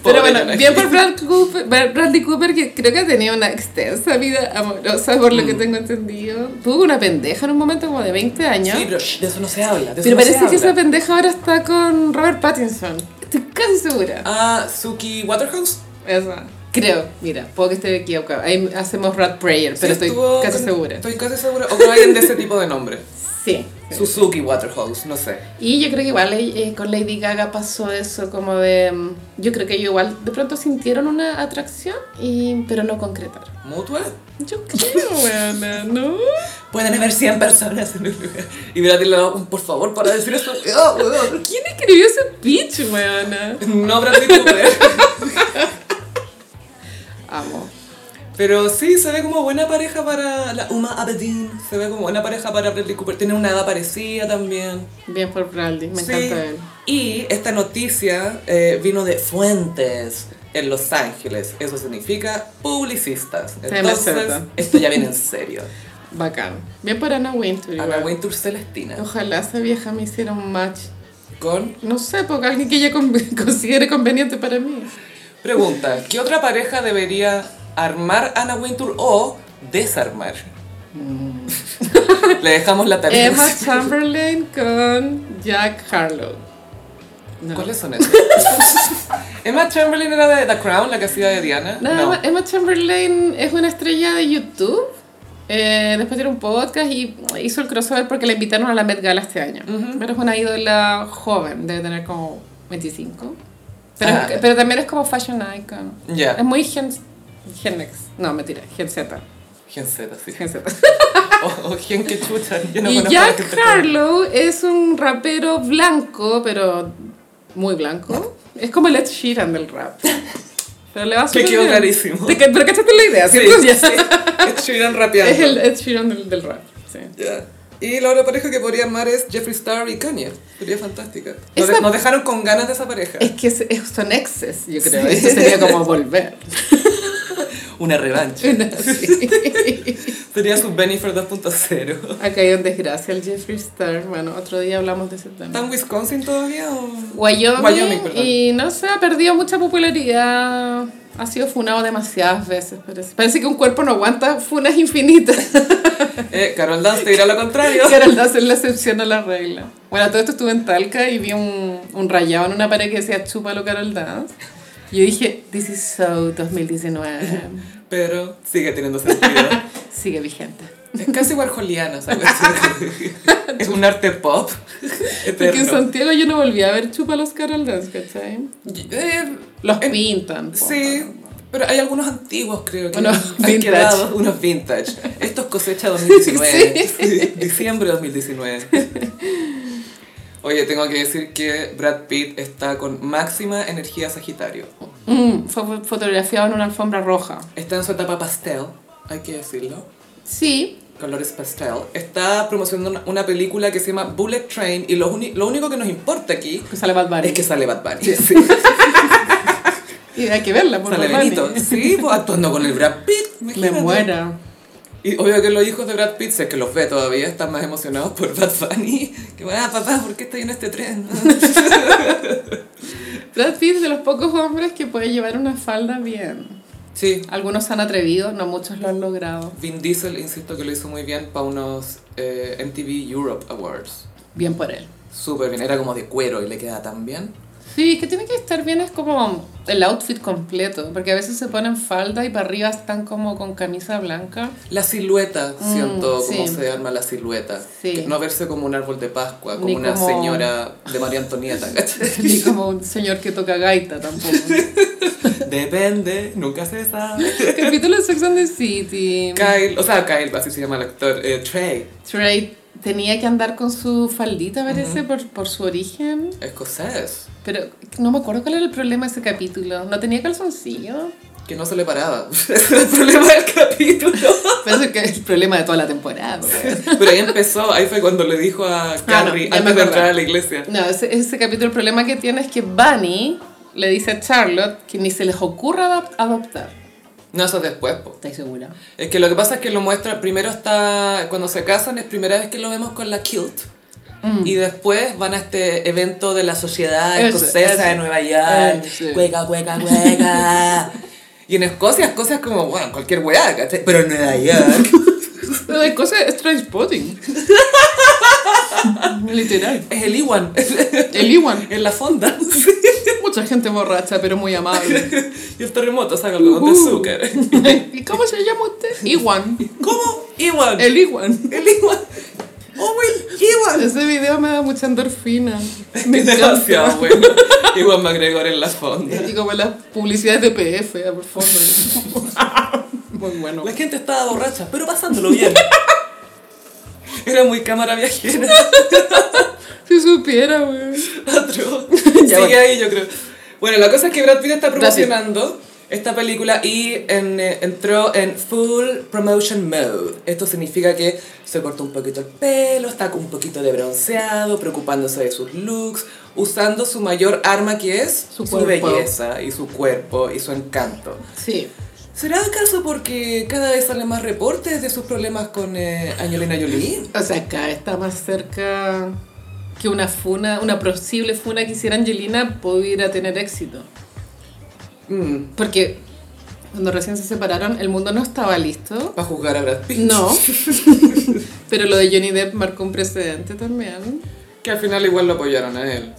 Pobre
Pero bueno,
Jonah
bien
Hill.
por Brad Cooper- Brad- Bradley Cooper, que creo que ha tenido una extensa vida amorosa, por lo
Mm.
que tengo entendido. Tuvo una pendeja en un momento como de 20 años.
Sí, pero shh, de eso no se habla. de eso
pero
no se
parece que
habla.
esa pendeja ahora está con Robert Pattinson. Estoy casi segura.
Ah, Suki Waterhouse.
Esa. Creo, mira, puedo que esté equivocado. Ahí hacemos Rat Prayer, pero
Sí,
estoy
estuvo
casi
con-
segura.
Estoy casi segura. O con alguien de ese tipo de nombre.
Sí.
Suzuki Waterhouse, no sé.
Y yo creo que igual eh, con Lady Gaga pasó eso como de... mm, Yo creo que ellos igual de pronto sintieron una atracción, y, pero no concretaron.
¿Mutua?
Yo creo, weona, ¿no?
Pueden haber 100 personas en un lugar. Y Brad le da un por favor para decir eso. ¡Oh,
Ah,
weón!
¿Quién escribió ese pitch, weona?
No Bradley Cooper.
Amo.
Pero sí, se ve como buena pareja para la Uma Abedin. Se ve como buena pareja para Bradley Cooper. Tiene una edad parecida también.
Bien por Bradley, me
Sí.
encanta él.
Y esta noticia eh, vino de Fuentes en Los Ángeles. Eso significa publicistas.
me
Entonces,
acerta.
esto ya viene en serio.
Bacán. Bien por Anna Wintour
Ana
igual.
Wintour Celestina.
Ojalá esa vieja me hiciera un match.
Con
No sé, porque alguien que ella con- considere conveniente para mí.
pregunta, ¿qué otra pareja debería armar Ana Wintour o desarmar? Le dejamos la tarea.
Mm. Emma Chamberlain con Jack Harlow. No.
¿Cuáles son esos? Emma Chamberlain era de The Crown, la que hacía de Diana.
No, Emma- Emma Chamberlain es una estrella de YouTube. Eh, después tiene un podcast y hizo el crossover porque la invitaron a la Met Gala este año. Pero es una ídola joven, debe tener como 25. Pero,
Ah.
pero también es como fashion icon.
Ya.
Es muy gen, gen X. No, mentira, Gen Z.
Gen Z, sí.
Gen Z.
O, o Gen que chucha. Yo no
y
conozco a la
Jack
gente joven.
Harlow es un rapero blanco, pero muy blanco. Es como el Ed Sheeran del rap. Pero le va
Me
súper
quedó
bien.
clarísimo.
Te ca- Pero cachaste la idea,
Sí,
¿cierto?
sí, sí. Estuvieron rapeando.
Es el Ed Sheeran del, del rap, sí.
Ya. Y la otra pareja que podría amar es Jeffree Star y Kanye. Sería fantástica. Nos, de-
Esa-
nos dejaron con ganas de esa pareja.
Es que es- es- son exes, yo creo.
Sí.
Eso sería como volver.
Una revancha.
Sí.
Sería su Benifer 2.0.
Ha caído en desgracia el Jeffree Star. Bueno, otro día hablamos de ese
¿Está
tema.
en Wisconsin todavía o...?
Wyoming,
Wyoming, perdón.
y no sé, ha perdido mucha popularidad. Ha sido funado demasiadas veces. Parece, parece que un cuerpo no aguanta funas infinitas.
Eh, Carol Dance te dirá lo contrario.
Carol Dance es la excepción a la regla. Bueno, todo esto estuve en Talca y vi un, un rayado en una pared que decía chúpalo Carol Dance. Y yo dije, this is so 2019.
Pero sigue teniendo sentido.
Sigue vigente.
Es casi warholiana, ¿sabes? es un arte pop.
Porque en
Eterno.
Santiago yo no volví a ver chúpalos Carol Dance, ¿cachai?
Eh,
Los
en-
pintan. po.
Sí, pero hay algunos antiguos, creo que
Unos
han
vintage.
quedado, unos vintage. Esto es cosecha 2019, sí, diciembre de 2019. Oye, tengo que decir que Brad Pitt está con máxima energía Sagitario.
Mm, fue fue fotografiado en una alfombra roja.
Está en su etapa pastel, hay que decirlo.
Sí.
Colores pastel. Está promocionando una- una película que se llama Bullet Train y lo, uni- lo único que nos importa aquí
Que sale Bad Bunny.
es que sale Bad Bunny. Sí.
Y hay que verla, por
Sale
Bad Bunny.
Benito. Sí, pues, actuando con el Brad Pitt.
Me
imagínate.
muera.
Y obvio que los hijos de Brad Pitt, si es que los ve todavía, están más emocionados por Bad Bunny. Que bueno, ah, papá, ¿por qué estoy en este tren?
Brad Pitt es de los pocos hombres que puede llevar una falda bien.
sí.
Algunos se han atrevido, no muchos lo han logrado.
Vin Diesel, insisto que lo hizo muy bien para unos eh, MTV Europe Awards.
Bien por él.
Súper bien, era como de cuero y le queda tan bien.
Sí, que tiene que estar bien, es como el outfit completo, porque a veces se ponen falda y para arriba están como con camisa blanca.
La silueta, siento,
Mm, sí.
cómo se arma la silueta.
Sí.
Que No verse como un árbol de Pascua, como
Ni
una
como-
señora de María Antonieta, ¿cachai?
Ni como un señor que toca gaita tampoco.
Depende, nunca se sabe.
Capítulo de Sex and the City.
Kyle, o sea, Kyle, así se llama el actor, eh, Trey,
Trey tenía que andar con su faldita, parece, por, por su origen.
escocés,
Pero no me acuerdo cuál era el problema de ese capítulo. No tenía calzoncillo.
que no se le paraba. Ese era el problema del capítulo.
Parece que es el problema de toda la temporada. weón.
Pero ahí empezó, ahí fue cuando le dijo a Carrie,
Ah, ya me
antes de
acordé.
entrar a la iglesia.
No, ese, ese capítulo el problema que tiene es que Bunny le dice a Charlotte que ni se les ocurra adop- adoptar.
No, eso es después, po.
¿Estáis segura?
Es que lo que pasa es que lo muestra, primero está, cuando se casan es primera vez que lo vemos con la kilt.
Mm.
Y después van a este evento de la sociedad
Eso,
escocesa
eso.
de Nueva York.
Eh, sí.
Cueca, cueca, cueca. y en Escocia, Escocia es como, bueno, cualquier weá, ¿cachai? Pero en Nueva York.
Pero de cosas es Trainspotting. Literal.
es el Iwan.
El Iwan.
en la fonda.
Mucha gente borracha, pero muy amable.
y el terremoto, sácalo con
Ujú.
azúcar.
¿Y cómo se llama usted? Iwan.
¿Cómo? Iwan.
El Iwan.
El Iwan. Oh, el Iwan.
Ese video me da mucha endorfina. Me encanta.
Demasiado bueno. Iwan McGregor en la fonda.
Y como las publicidades de PF, por favor. Muy bueno.
La gente estaba borracha, pero pasándolo bien. Era muy cámara viajera.
Si supiera, güey.
Atroz.
Ya,
Sigue
bueno.
ahí, yo creo. Bueno, la cosa es que Brad Pitt está promocionando esta película y en, eh, entró en full promotion mode. Esto significa que se cortó un poquito el pelo, está con un poquito de bronceado, preocupándose de sus looks, usando su mayor arma que es
Su cuerpo.
belleza y su cuerpo y su encanto.
Sí.
¿Será acaso porque cada vez salen más reportes de sus problemas con eh, Angelina Jolie?
O sea, acá está más cerca que una funa, una posible funa que hiciera Angelina pudiera tener éxito.
Mm,
Porque cuando recién se separaron, el mundo no estaba listo.
¿Va a juzgar a Brad Pitt?
No. Pero lo de Johnny Depp marcó un precedente también.
Que al final igual lo apoyaron a él.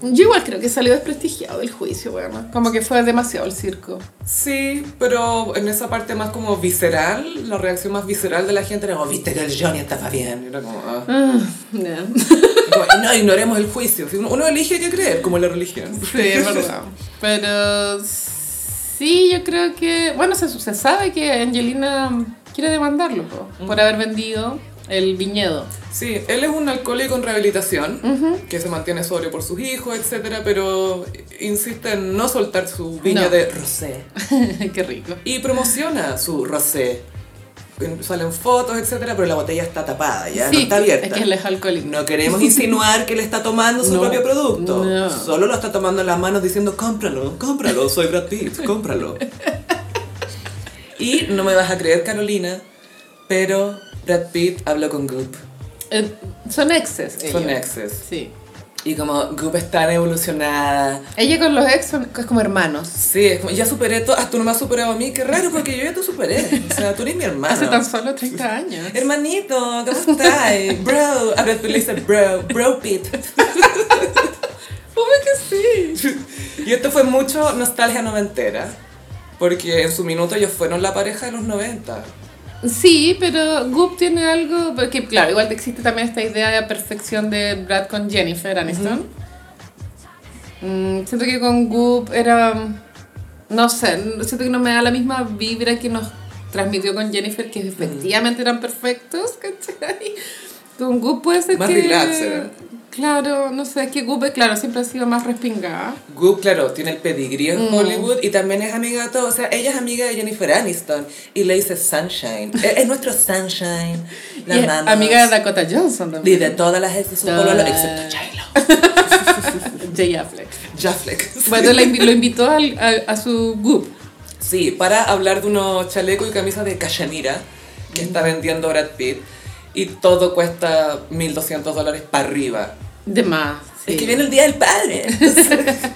Yo igual creo que salió desprestigiado del juicio, bueno. Como que fue demasiado el circo.
Sí, pero en esa parte más como visceral, la reacción más visceral de la gente era como, viste que el Johnny estaba bien. Y Era como, ah.
Ah, no.
Y como, no, ignoremos el juicio. Si Uno, uno elige qué creer, como la religión.
Sí, es verdad. Pero sí, yo creo que. Bueno, se, se sabe que Angelina quiere demandarlo po, por haber vendido el viñedo.
Sí, él es un alcohólico en rehabilitación, que se mantiene sobrio por sus hijos, etcétera, pero insiste en no soltar su viña
No.
de rosé.
Qué rico.
y promociona su rosé. En- Salen fotos, etcétera, pero la botella está tapada, ya no
sí,
está abierta.
Es que él es alcohólico.
No queremos insinuar que él está tomando su
No,
propio producto.
no.
Solo lo está tomando en las manos diciendo, cómpralo, cómpralo, soy Brad Pitt, cómpralo. y no me vas a creer, Carolina, pero Brad Pitt habló con Goop.
Eh, son exes.
Son
ellos.
exes.
Sí.
Y como Goop es tan evolucionada,
Ella con los ex son es como hermanos.
Sí, es como, ya superé todo. Ah, tú no me has superado a mí. Qué raro, porque yo ya te superé. O sea, tú eres mi hermano.
Hace tan solo 30 años.
Hermanito, ¿cómo estás? Bro. A ver, tú le dices bro, bro Pit.
Obvio que sí.
Y esto fue mucho nostalgia noventera. Porque en su minuto ellos fueron la pareja de los 90.
Sí, pero Goop tiene algo, porque claro, igual existe también esta idea de perfección de Brad con Jennifer Aniston. Mm, siento que con Goop era, mm, no sé, n- siento que no me da la misma vibra que nos transmitió con Jennifer, que efectivamente eran perfectos, ¿cachai? Con Goop puede ser
Más
que...
relax eran.
Claro, no sé, es que Goop, eh, claro, siempre ha sido más respingada.
Goop, claro, tiene el pedigrí en
Mm.
Hollywood y también es amiga de todo. O sea, ella es amiga de Jennifer Aniston y le dice Sunshine. es, es nuestro Sunshine. La
Y es
amamos.
amiga de Dakota Johnson también.
Y de todas las ex de su
Todas.
pololo, excepto J-Lo.
Jay Affleck.
Jaffleck.
Bueno, la invi- lo invitó al- a, a su Goop.
Sí, para hablar de unos chalecos y camisas de Cachemira que está
Mm.
vendiendo Brad Pitt y todo cuesta 1.200 dólares para arriba.
De más. sí.
Es que viene el Día del Padre.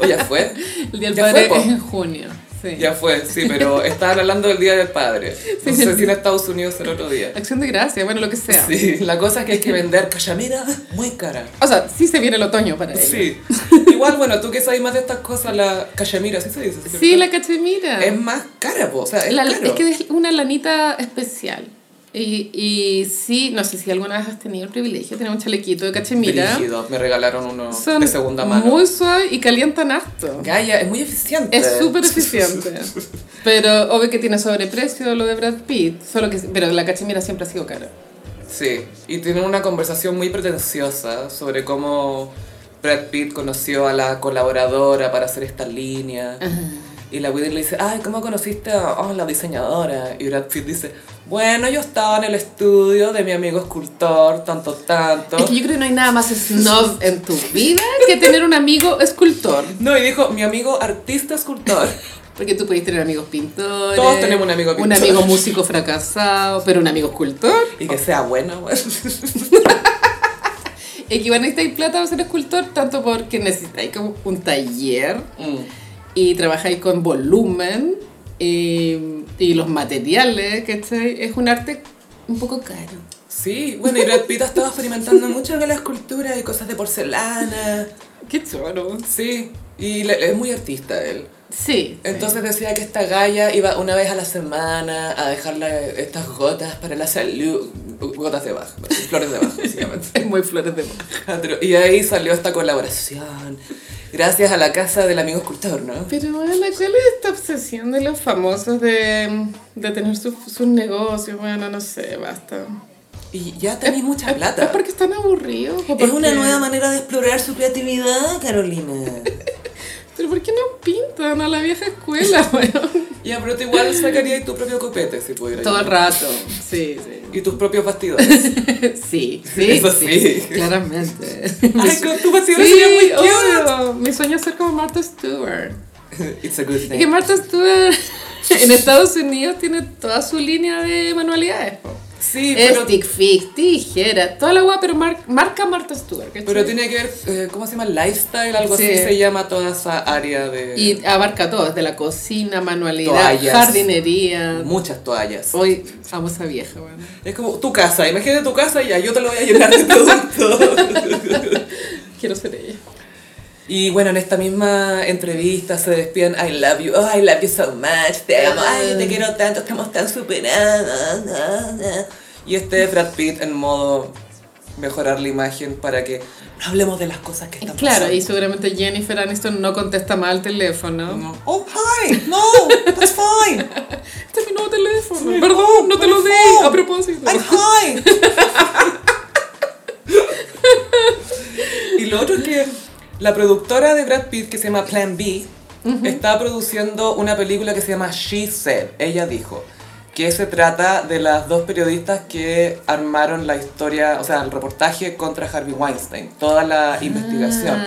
o ya fue.
El Día del
Ya
Padre
fue, po.
es en junio. Sí.
Ya fue, sí, pero estaban hablando del Día del Padre. No
Sí.
sé si en Estados Unidos el otro día.
Acción de gracia, bueno, lo que sea.
Sí, la cosa es que hay que vender Cachemira muy cara.
O sea, sí se viene el otoño para ella.
Sí, Igual, bueno, tú que sabes más de estas cosas, la cachemira, así se dice. ¿cierto?
Sí, la cachemira.
Es más cara, po, o sea, es,
La-
caro.
es que es una lanita especial. Y, y sí, no sé si alguna vez has tenido el privilegio de tener un chalequito de cachemira.
Brígido, me regalaron uno
Son
de segunda mano.
muy suaves y calientan harto.
Gaia, es muy eficiente.
Es súper eficiente. Pero obvio que tiene sobreprecio lo de Brad Pitt. Solo que, pero la cachemira siempre ha sido cara.
Sí, y tienen una conversación muy pretenciosa sobre cómo Brad Pitt conoció a la colaboradora para hacer esta línea. Y la Whedon le dice, ay, ¿cómo conociste a a la diseñadora? Y Brad Pitt dice, bueno, yo estaba en el estudio de mi amigo escultor, tanto, tanto.
Es que yo creo que no hay nada más snob en tu vida que tener un amigo escultor.
No, y dijo, mi amigo artista escultor.
Porque tú puedes tener amigos pintores.
Todos tenemos un amigo
Un
pintor.
amigo músico fracasado, pero un amigo escultor.
Y que sea bueno, güey.
Y que igual necesitáis plata para ser escultor, tanto porque necesitáis como un taller
Mm.
y trabajáis con volumen eh, y los materiales, ¿cachai? Es un arte un poco caro.
Sí, bueno, y Brad Pitt ha estado experimentando mucho con la escultura y cosas de porcelana.
Qué choro.
Sí, y le- es muy artista él.
Sí.
Entonces decía que esta Gaia iba una vez a la semana a dejarle estas gotas para la salud. Gotas de bajo, flores de bajo, básicamente.
es muy flores de mar.
Y ahí salió esta colaboración. Gracias a la casa del amigo escultor, ¿no?
Pero bueno, ¿cuál es esta obsesión de los famosos de, de tener sus sus negocios? Bueno, no sé, basta.
Y ya tenéis mucha
¿Es
plata.
porque están aburridos? o
Es una
porque-
nueva manera de explorar su creatividad, Carolina.
¿Pero por qué no pintan a la vieja escuela, weón?
Ya, pero tú igual sacarías tu propio copete si pudieras.
Todo el rato. Sí, sí.
Y tus propios bastidores.
Sí, sí,
Eso sí.
claramente.
Ay, con tus bastidores
Sí,
serían muy cute.
obvio. Mi sueño es ser como Martha Stewart.
It's a good
Es que
thing.
Martha Stewart en Estados Unidos tiene toda su línea de manualidades. po.
Sí, pero,
Stick fix, tijera, toda la guapa, pero mar- marca Martha Stewart. ¿cachai?
pero tiene que ver, eh, ¿cómo se llama? Lifestyle, algo
Sí.
así se llama toda esa área de
Y abarca todo, desde la cocina, manualidad,
Toallas.
jardinería.
muchas toallas.
Hoy amo esa vieja, weón.
Es como tu casa, imagínate tu casa y ya yo te lo voy a llenar de producto.
Quiero ser ella.
y bueno, en esta misma entrevista se despiden, I love you, oh, I love you so much, te amo, ay, te quiero tanto, estamos tan superados. na, na". Y este Brad Pitt en modo mejorar la imagen para que no hablemos de las cosas que están
Claro, y
pasando.
seguramente Jennifer Aniston no contesta mal al teléfono.
No. Oh, hi, no, that's fine.
Este es mi nuevo teléfono.
Sí,
Perdón,
oh,
no te lo di
perdón.
a propósito.
¡Ay, ay! y lo otro es que la productora de Brad Pitt, que se llama Plan B, está produciendo una película que se llama She Said, ella dijo, que se trata de las dos periodistas que armaron la historia, o sea, el reportaje contra Harvey Weinstein, toda la investigación.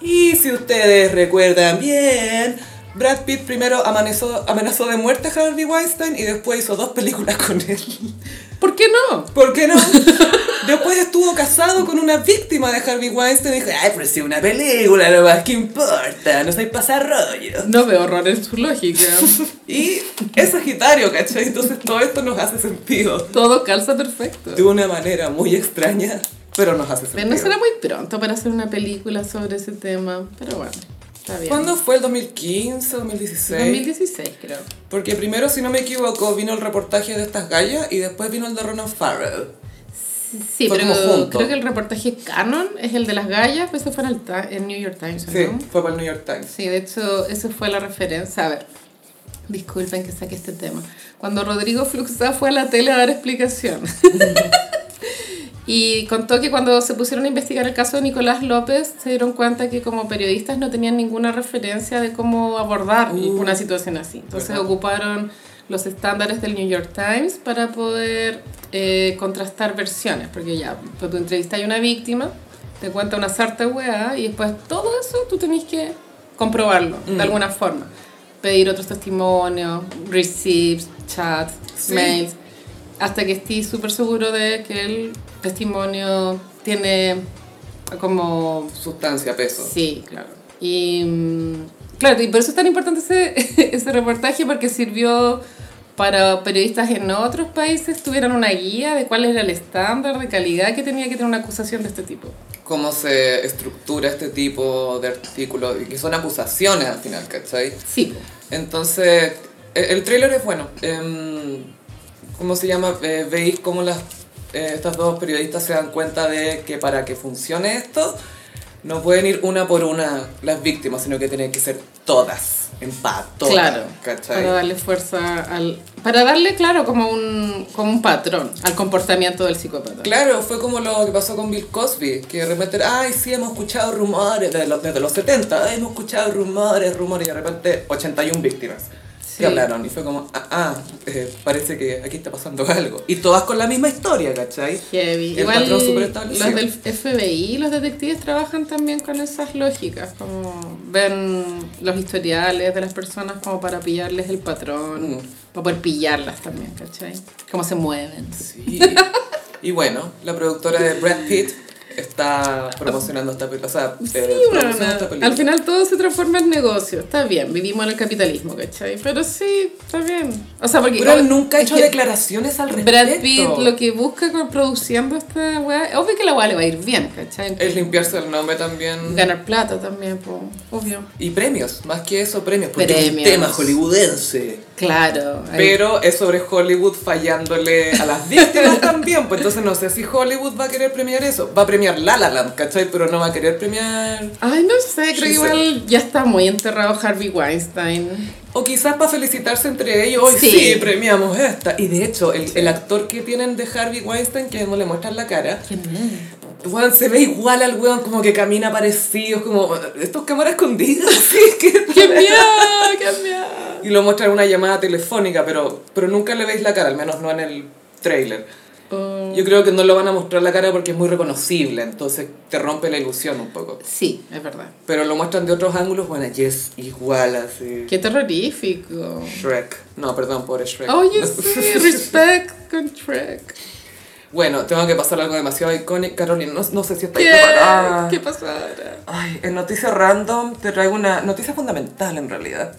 Y si ustedes recuerdan bien, Brad Pitt primero amenazó, amenazó de muerte a Harvey Weinstein y después hizo dos películas con él.
¿Por qué no?
¿Por qué no? Después estuvo casado con una víctima de Harvey Weinstein y dijo, ay, pero si una película, no más que importa, no soy rollo.
No veo horror en su lógica.
Y es Sagitario, ¿cachai? Entonces todo esto nos hace sentido.
Todo calza perfecto.
De una manera muy extraña, pero nos hace
Pero no será
sentido.
muy pronto para hacer una película sobre ese tema. Pero bueno, está bien.
¿Cuándo fue el 2015, 2016?
2016, creo.
Porque primero, si no me equivoco, vino el reportaje de estas gallas y después vino el de Ronan Farrell.
Sí,
Fue como
pero
junto.
creo que el reportaje canon es el de las gallas, pues eso fue en el, Ti- en New York Times, ¿o
Sí,
¿no?
fue para el New York Times.
Sí, de hecho, esa fue la referencia. A ver, disculpen que saque este tema. Cuando Rodrigo Fluxá fue a la tele a dar explicación. Y contó que cuando se pusieron a investigar el caso de Nicolás López, se dieron cuenta que como periodistas no tenían ninguna referencia de cómo abordar
Uh.
una situación así. Entonces
Verdad.
ocuparon los estándares del New York Times para poder eh, contrastar versiones, porque ya, pues, tu entrevista hay una víctima, te cuenta una sarta de weá, y después todo eso tú tenés que comprobarlo de alguna forma. Pedir otros testimonios, receipts, chats,
Sí.
mails, hasta que estoy súper seguro de que el testimonio tiene como...
Sustancia, peso.
Sí, claro. Y mm, claro, y por eso es tan importante ese, ese reportaje porque sirvió para periodistas en otros países tuvieran una guía de cuál era el estándar de calidad que tenía que tener una acusación de este tipo.
cómo se estructura este tipo de artículos y que son acusaciones al final, ¿cachai?
Sí.
Entonces, e- el, tráiler es bueno. Em, ¿Cómo se llama? Eh, Veis cómo las, eh, estas dos periodistas se dan cuenta de que para que funcione esto, no pueden ir una por una las víctimas, sino que tienen que ser todas, en paz, todas.
claro.
¿cachai?
Para darle fuerza al. Para darle, claro, como un, como un patrón al comportamiento del psicópata.
Claro, fue como lo que pasó con Bill Cosby, que de repente, ay, sí, hemos escuchado rumores desde los, desde los 70, ay, hemos escuchado rumores, rumores, y de repente 81 víctimas
Sí.
que hablaron, y fue como, ah, ah eh, parece que aquí está pasando algo. Y todas con la misma historia, ¿cachai?
Heavy.
El
Igual
patrón
los
superestablecido.
del FBI, los detectives trabajan también con esas lógicas, como ven los historiales de las personas como para pillarles el patrón,
Mm.
para poder pillarlas también, ¿cachai? Cómo se mueven.
Sí. y bueno, la productora de Brad Pitt está promocionando esta película, o sea, eh,
Sí,
produciendo
bueno,
esta película.
al final todo se transforma en negocio, está bien, vivimos en el capitalismo, ¿cachai? Pero sí, está bien. O sea, porque...
Pero él nunca ha
es
hecho
que-
declaraciones al respecto.
Brad Pitt lo que busca con- produciendo esta weá, obvio que la weá le va a ir bien, ¿cachai?
Es limpiarse el nombre también.
Ganar plata también, po, obvio.
Y premios, más que eso, premios, porque es un
Premios.
tema hollywoodense.
Claro. ahí-
Pero es sobre Hollywood fallándole a las víctimas también, pues entonces no sé si Hollywood va a querer premiar eso. Va a premiar La La Land, ¿cachai? Pero no va a querer premiar...
Ay, no sé, creo que
Sí,
igual ya está muy enterrado Harvey Weinstein.
O quizás para felicitarse entre ellos, hoy sí.
Sí.
premiamos esta. Y de hecho, el, el actor que tienen de Harvey Weinstein, que no le muestran la cara,
¿Quién es?
weón, se ve igual al weón, como que camina parecido, es como, estos cámaras escondidas, sí, que...
¡Qué miedo! ¡Qué miedo!
Y lo muestran en una llamada telefónica, pero, pero nunca le veis la cara, al menos no en el trailer.
Oh,
Yo creo que no lo van a mostrar la cara porque es muy reconocible, entonces te rompe la ilusión un poco.
sí, es verdad.
Pero lo muestran de otros ángulos, bueno, y es igual así.
¡Qué terrorífico!
Shrek. No, perdón, pobre Shrek.
Oye, sí, respect con Trek.
Bueno, tengo que pasar algo demasiado icónico. Carolina, no, no sé si estáis
¿Qué?
preparada.
¿Qué pasó ahora?
Ay, en noticia random te traigo una noticia fundamental en realidad.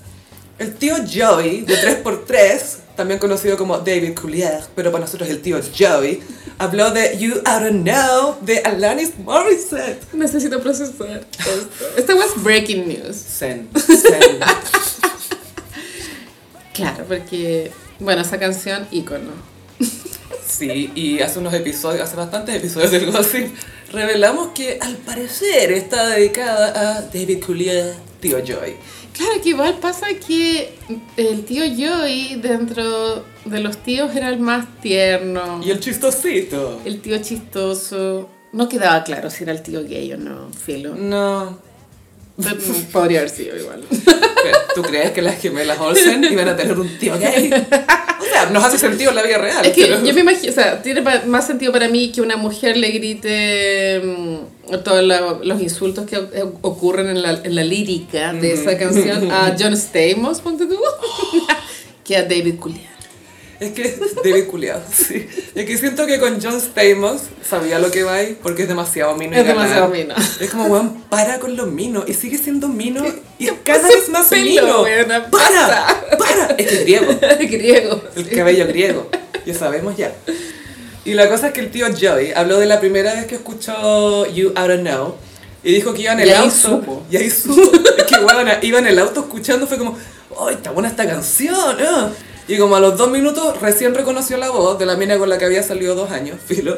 El tío Joey, de 3x3, también conocido como David Coulier, pero para nosotros el tío Joey, habló de You I Don't Know de Alanis Morissette.
Necesito procesar esto. Esta was breaking news.
Zen, zen.
Claro, porque, bueno, esa canción, ícono.
Sí, y hace unos episodios, hace bastantes episodios del Gossip, revelamos que al parecer está dedicada a David Coulier, tío Joy.
Claro, que igual pasa que el tío Joey, dentro de los tíos, era el más tierno.
Y el chistosito.
El tío chistoso. No quedaba claro si era el tío gay o no, filo.
No.
Pero Podría haber sido igual.
¿Tú crees que las gemelas Olsen iban a tener un tío gay? O sea, nos hace sentido en la vida real.
Es que
pero-
yo me imagino, o sea, tiene pa- más sentido para mí que una mujer le grite mm, todos lo- los insultos que o- ocurren en la, en la lírica de esa canción a John Stamos, ponte tú, que a David Culiar.
Es que David culiado, sí. Es que siento que con John Stamos sabía lo que va ahí porque es demasiado mino. y
Es demasiado
galán.
mino.
Es como, weón, para con los minos. Y sigue siendo mino y es cada vez más
pelo,
mino.
weona,
Para, para. Es que es griego.
Griego.
El cabello griego. Ya sabemos ya. Y la cosa es que el tío Joey habló de la primera vez que escuchó You I Don't Know. Y dijo que iba en el
Y ahí
auto.
supo.
Y ahí supo. Es que bueno, iba en el auto escuchando, fue como, ¡ay, está buena esta canción! ah". Y como a los dos minutos recién reconoció la voz de la mina con la que había salido dos años, filo.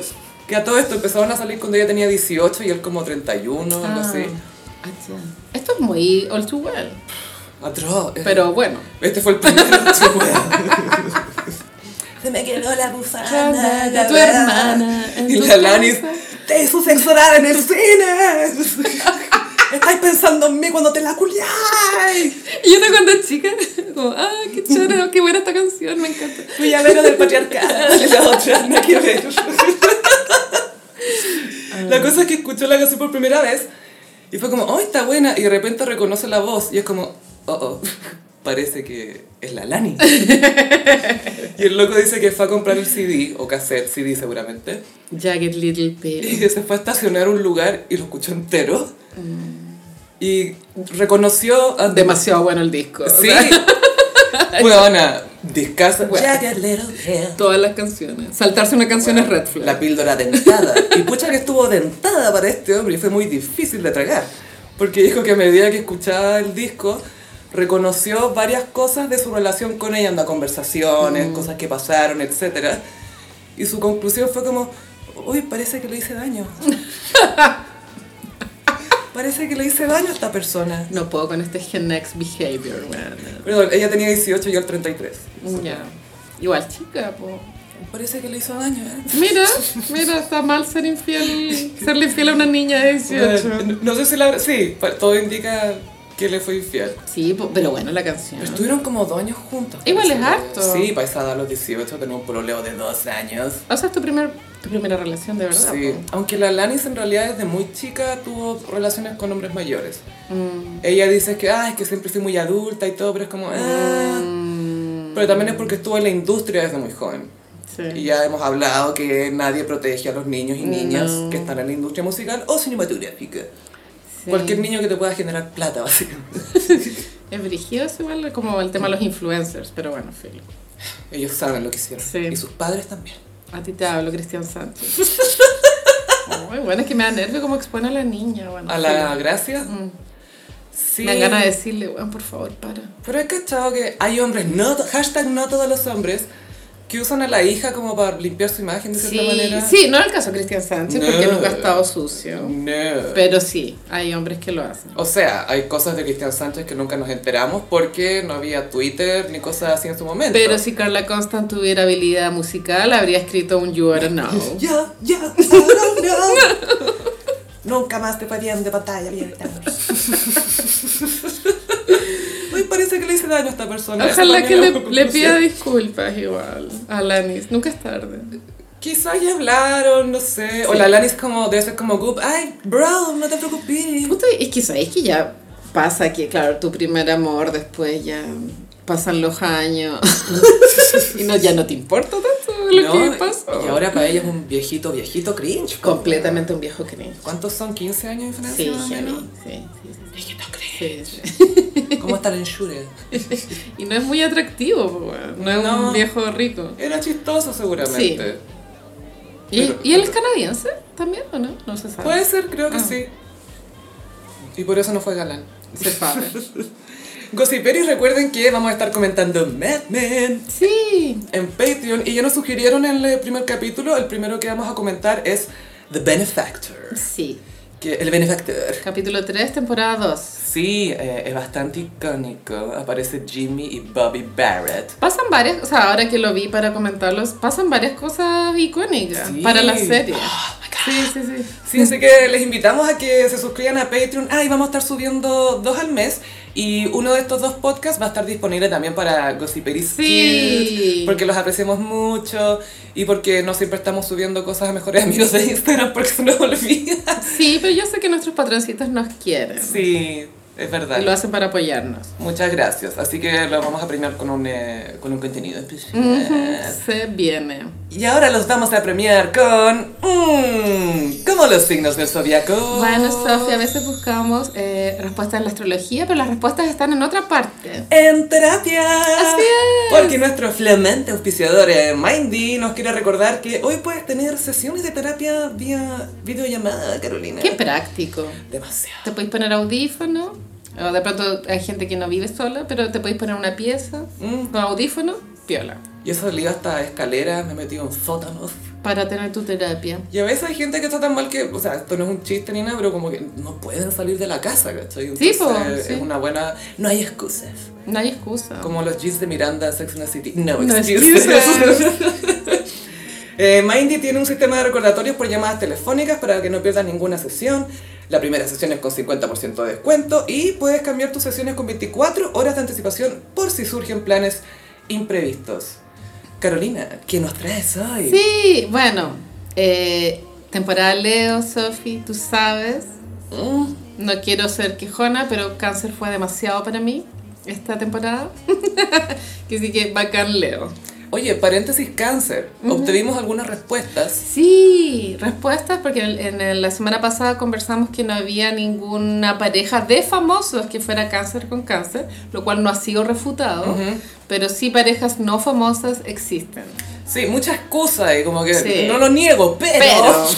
Que a todo esto empezaron a salir cuando ella tenía 18 y él como 31, algo así.
Ah, ya. Esto es muy all too well,
Atroz.
pero bueno.
Este fue el primero. sí, weón.
Se me quedó la bufanda.
De
la
tu
verdad.
hermana. en
Y
tu
la Lanis
casa.
te hizo censurar en el cine. Estás pensando en mí cuando te la culiáis.
Y una cuando chica, como, ah, qué chora, qué buena esta canción, me encanta.
Tu llavero del patriarcado. Y la otra, nada que ver. La cosa es que escuchó la canción por primera vez y fue como, oh, está buena. Y de repente reconoce la voz y es como, oh, oh, parece que es la Lani. Y el loco dice que fue a comprar el CD o cassette, CD seguramente.
Jagged Little
Y
Pill.
que se fue a estacionar a un lugar y lo escuchó entero. Y reconoció a
Demasiado bueno el disco. o
Sí.
sea,
Weona, discasa. weona.
Jagged little pill.
Todas las canciones. Saltarse una canción es red flag.
La píldora dentada. Y pucha que estuvo dentada para este hombre y fue muy difícil de tragar. Porque dijo que a medida que escuchaba el disco, reconoció varias cosas de su relación con ella, anda conversaciones,
Mm.
cosas que pasaron, etc. Y su conclusión fue como, uy, parece que le hice daño. parece que le hice daño a esta persona.
No puedo con este Gen X behavior, weón.
Perdón, ella tenía 18 y yo el 33.
Ya. Igual chica, po.
Parece que le hizo daño, ¿eh?
Mira, mira, está mal ser infiel, serle infiel a una niña de 18.
Bueno, No sé si la habrá- Sí, pa- todo indica que le fue infiel.
Sí, po- pero bueno, la canción.
Pero estuvieron como dos años juntos.
Igual es
parece.
harto.
Sí, paisada a los 18 tenemos un problema de dos años.
O sea, es tu, primer, tu primera relación, de verdad.
Sí, aunque la Lanis en realidad desde muy chica tuvo relaciones con hombres mayores.
Mm.
Ella dice que, ah, es que siempre fui muy adulta y todo, pero es como, ah.
Mm.
Pero también es porque estuvo en la industria desde muy joven.
po.
Y
Sí.
ya hemos hablado que nadie protege a los niños y niñas
No.
que están en la industria musical o cinematográfica.
Sí.
Cualquier niño que te pueda generar plata, básicamente.
Es brígido, es igual como el tema de los influencers, pero bueno, filo.
Ellos saben lo que hicieron.
Sí.
Y sus padres también.
A ti te hablo, Cristian Sánchez. Ay, bueno, es que me da nervio cómo expone a la niña, bueno.
A la gracia. Sí.
filo. Me dan ganas de decirle, bueno, por favor, para.
Pero he cachado que hay hombres, no, to- hashtag no todos los hombres, que usan a la hija como para limpiar su imagen de cierta
Sí,
manera.
sí, no era el caso de Cristian Sánchez,
No.
porque nunca ha estado sucio.
No.
Pero sí, hay hombres que lo hacen.
O sea, hay cosas de Cristian Sánchez que nunca nos enteramos porque no había Twitter ni cosas así en su momento.
Pero si Carla Constant tuviera habilidad musical, habría escrito un You Are Now.
Ya, ya, I don't know. Nunca más te pedían de pantalla abierta.
Uy, parece que le hice daño a esta persona.
Ojalá
Esa
que
también
le,
era una
le pida
conclusión.
disculpas igual a Alanis. Nunca es tarde.
Quizás ya hablaron, no sé. O la Lani es como, debe ser como Goop. Ay, bro, no te preocupes.
Puta, es que sabes que ya pasa que, claro, tu primer amor, después ya pasan los años y no, ya no te importa tanto lo
No,
que pasa.
Y ahora para ella es un viejito, viejito cringe.
completamente un viejo cringe.
¿Cuántos son? ¿15 años de diferencia?
Sí,
más o
heavy,
menos?
sí, sí, sí. Sí, sí.
¿Cómo está el ensure?
Y no es muy atractivo, po, weón. no es
No.
un viejo rico.
Era chistoso seguramente.
¿Y,
Pero-
¿Y él es canadiense también o no? No se sabe.
Puede ser, creo que
Ah.
sí. Y por eso no fue galán.
se sabe.
Gossiperis, recuerden que vamos a estar comentando Mad Men
Sí.
en Patreon. Y ya nos sugirieron en el primer capítulo, el primero que vamos a comentar es The Benefactor.
Sí.
Que, el Benefactor.
Capítulo 3, temporada 2.
Sí, eh, es bastante icónico. Aparece Jimmy y Bobby Barrett.
Pasan varias, o sea, ahora que lo vi para comentarlos, pasan varias cosas icónicas
Sí. Oh
para la serie. sí, sí, sí.
Sí, así que les invitamos a que se suscriban a Patreon. Ahí vamos a estar subiendo dos al mes. Y uno de estos dos podcasts va a estar disponible también para Gossiperis
Sí.
Kids, Porque los apreciamos mucho. Y porque no siempre estamos subiendo cosas a mejores amigos de Instagram porque se nos olvida.
Sí, pero yo sé que nuestros patroncitos nos quieren.
Sí, es verdad.
Y lo hacen para apoyarnos.
Muchas gracias. Así que lo vamos a premiar con un, eh, con un contenido especial.
Se viene.
Y ahora los vamos a premiar con... mm, ¿Cómo los signos del zodiaco?
Bueno, Sofía, a veces buscamos eh, respuestas en la astrología, pero las respuestas están en otra parte.
en terapia.
Así es.
Porque nuestro flamante auspiciador eh, Mindy nos quiere recordar que hoy puedes tener sesiones de terapia vía videollamada, Carolina.
Qué práctico.
Demasiado.
Te podéis poner audífono, o de pronto hay gente que no vive sola, pero te podéis poner una pieza
Mm.
con audífono, piola,
Yo salí hasta escaleras, me he metido en sótanos.
para tener tu terapia.
Y a veces hay gente que está tan mal que, o sea, esto no es un chiste ni nada, pero como que no pueden salir de la casa, ¿cachai?
Sí, po,
Entonces,
sí.
Es una buena... No hay excusas.
No hay excusa.
Como los jeans de Miranda en Sex and the City. No,
No
excuses.
excuses.
Eh, Mindy tiene un sistema de recordatorios por llamadas telefónicas para que no pierdas ninguna sesión. La primera sesión es con 50% de descuento y puedes cambiar tus sesiones con 24 horas de anticipación por si surgen planes imprevistos. Carolina, ¿qué nos traes hoy?
Sí, bueno, eh, temporada Leo, Sofi, tú sabes,
Mm,
no quiero ser quejona, pero cáncer fue demasiado para mí esta temporada. que sí que bacán Leo.
Oye, paréntesis cáncer. Obtuvimos algunas respuestas.
Sí, respuestas, porque en, en el- la semana pasada conversamos que no había ninguna pareja de famosos que fuera cáncer con cáncer, lo cual no ha sido refutado, pero sí parejas no famosas existen.
Sí, mucha excusa y como que
Sí.
no lo niego, pero...
Pero.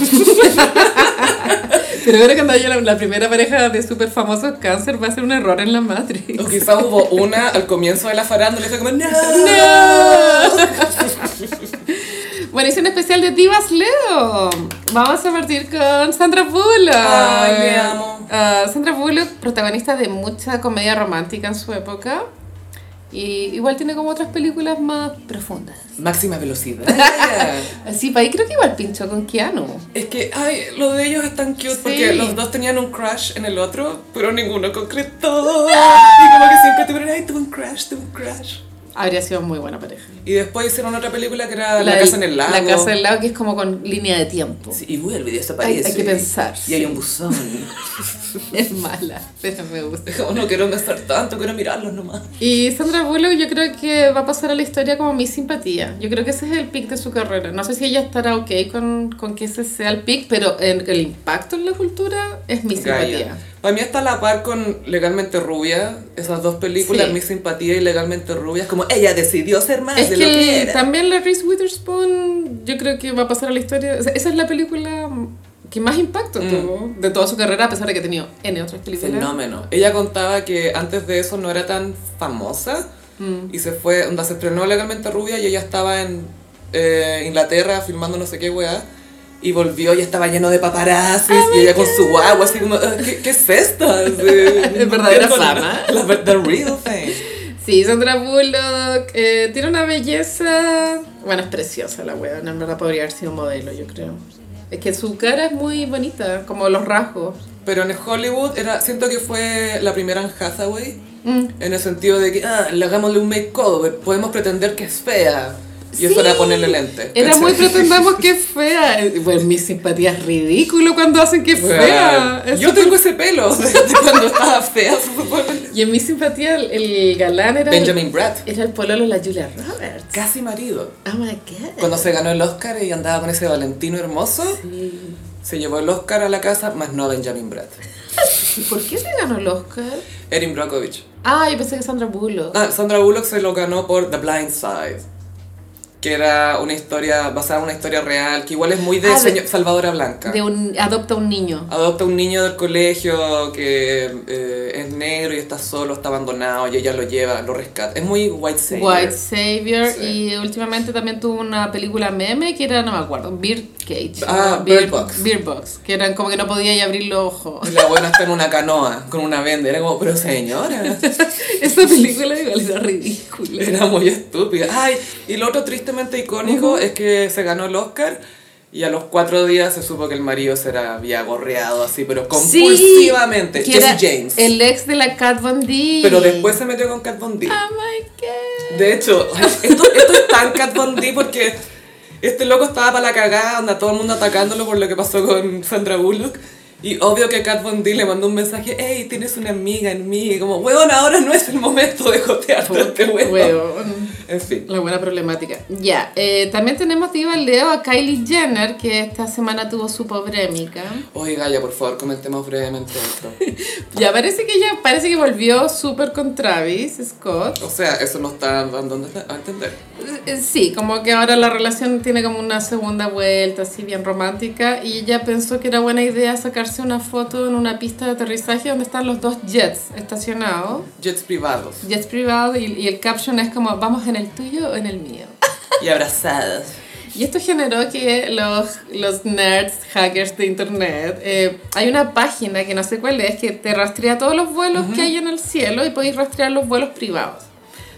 Pero ahora cuando haya la, la primera pareja de súper famosos cáncer va a ser un error en la matriz.
O quizás hubo una al comienzo de la farándula y fue como, no.
Bueno, hice un especial de Divas Leo. Vamos a partir con Sandra Bullock.
Ay, te amo.
Ah, Sandra Bullock, protagonista de mucha comedia romántica en su época. Y igual tiene como otras películas más profundas.
Máxima velocidad.
Así, para ahí creo que igual pinchó con Keanu.
Es que, ay, lo de ellos es tan cute porque
Sí.
los dos tenían un crush en el otro, pero ninguno concretó. Y como que siempre tuvieron, ay, tuve un crush, tuve un crush.
Habría sido muy buena pareja.
Y después hicieron otra película que era La,
del-
Casa en el Lago.
La casa en el lago que es como con línea de tiempo.
Sí, y vuelve y
Hay,
desaparece.
hay que pensar.
Y hay un buzón.
Es mala, pero me gusta.
Es como, no quiero gastar tanto, quiero mirarlos nomás.
Y Sandra Bullock yo creo que va a pasar a la historia como mi simpatía. Yo creo que ese es el pic de su carrera. No sé si ella estará ok con, con que ese sea el pic, pero el, el impacto en la cultura es mi simpatía.
Gaia. Para mí está a la par con Legalmente Rubia, esas dos películas,
Sí.
Mi Simpatía y Legalmente Rubia, es como ella decidió ser más
Es
Ah, de lo que
que
era.
también la Reese Witherspoon yo creo que va a pasar a la historia. o sea, esa es la película que más impacto tuvo de toda su carrera, a pesar de que ha tenido N otras películas.
Mm. Fenómeno. Ella contaba que antes de eso no era tan famosa
Mm.
y se fue, onda, se estrenó legalmente rubia y ella estaba en eh, Inglaterra filmando no sé qué weá. Y volvió y estaba lleno de paparazzis
Ah,
y ella con su guagua así como, "Ah, ¿qué, qué es esta? Así,
Es verdadera
con-
fama.
La, ver- the real thing.
Sí, Sandra Bullock eh, tiene una belleza. Bueno, es preciosa la wea, en verdad podría haber sido modelo, yo creo. Es que su cara es muy bonita, como los rasgos.
Pero en Hollywood era, siento que fue la primera en Hathaway.
Mm.
En el sentido de que, ah, le hagámosle un makeover, podemos pretender que es fea. Y eso era
Sí.
ponerle lente.
Era
¿cachai?
muy pretendamos que es fea. Eh, Bueno, mi simpatía es ridículo cuando hacen que es fea.
Weón,
Es
Yo
súper-
tengo ese pelo desde cuando estaba fea. supongo.
Y en mi simpatía el, el galán era.
Benjamin Bratt,
El, era el pololo de la Julia Roberts.
casi marido.
Oh my god.
Cuando se ganó el Oscar y andaba con ese Valentino hermoso,
Sí.
se llevó el Oscar a la casa, más no a Benjamin Bratt.
¿Y por qué se ganó el Oscar?
Erin Brockovich.
Ah, yo pensé que Sandra Bullock.
Ah, Sandra Bullock se lo ganó por The Blind Side, que era una historia basada en una historia real, que igual es muy de
Ah, de-
señor- Salvadora Blanca.
De un, adopta un niño.
Adopta un niño del colegio que eh, es negro y está solo, está abandonado, y ella lo lleva, lo rescata. Es muy White Savior.
White Savior
Sí.
y últimamente también tuvo una película meme que era, no me acuerdo, Bird Cage.
Ah,
¿no?
Bird Box.
Bird Box, que eran como que no podía ya abrir los ojos.
Y la buena está en una canoa con una venda. Era como, pero señora,
Esa película igual era ridícula.
era muy estúpida. Ay, y lo otro tristemente icónico es que se ganó el Oscar y a los cuatro días se supo que el marido se era- había gorreado así, pero compulsivamente.
Sí, que
Jesse
era
James.
El ex de la Cat Von D.
Pero después se metió con Kat Von D.
Oh my god.
De hecho, ay, esto, esto es tan Kat Von D porque este loco estaba para la cagada, anda todo el mundo atacándolo por lo que pasó con Sandra Bullock. Y obvio que Kat Von D le mandó un mensaje, hey, tienes una amiga en mí. Y como, weón, ahora no es el momento de jotearte a este weón.
Huevo.
En fin.
La buena problemática. Ya, eh, también tenemos diva al Leo a Kylie Jenner, que esta semana tuvo su polémica.
Oye, Gaya, por favor, comentemos brevemente esto.
Ya parece que ella parece que volvió súper con Travis Scott.
O sea, eso no está dando a entender.
Eh, Sí, como que ahora la relación tiene como una segunda vuelta, así bien romántica, y ella pensó que era buena idea sacarse una foto en una pista de aterrizaje donde están los dos jets estacionados,
Jets privados
jets privados, y, y el caption es como, vamos en el tuyo o en el mío.
y abrazadas.
Y esto generó que los, los nerds, hackers de internet, eh, hay una página que no sé cuál es, que te rastrea todos los vuelos que hay en el cielo y podéis rastrear los vuelos privados.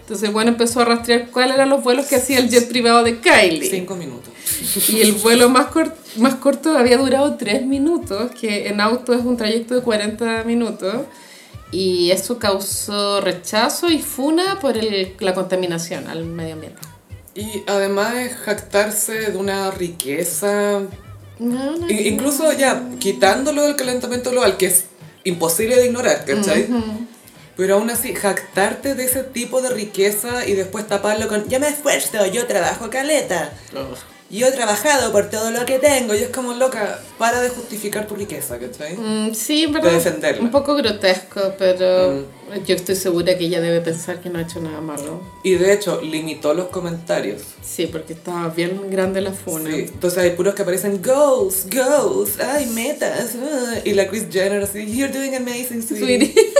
Entonces, bueno, empezó a rastrear cuáles eran los vuelos que hacía el jet privado de Kylie.
Cinco minutos.
Y el vuelo más, cor- más corto había durado 3 minutos, que en auto es un trayecto de 40 minutos. Y eso causó rechazo y funa por el- la contaminación al medio ambiente.
Y además es jactarse de una riqueza
No, no,
I- Incluso ya quitándolo del calentamiento global, que es imposible de ignorar, ¿cachai? Pero aún así, jactarte de ese tipo de riqueza y después taparlo con...
Yo me esfuerzo, yo trabajo caleta.
Oh.
Yo he trabajado por todo lo que tengo.
Y es como loca, para de justificar tu riqueza, ¿cachai?
Mm, sí, en verdad,
De defenderla. Mm.
Un poco grotesco, pero yo estoy segura que ella debe pensar que no ha hecho nada malo.
Y de hecho, limitó los comentarios.
Sí, porque estaba bien grande la funa.
Sí, Entonces hay puros que aparecen goals, goals, ay, metas. uh", y la Chris Jenner así, you're doing amazing, sweetie.
Sweetie.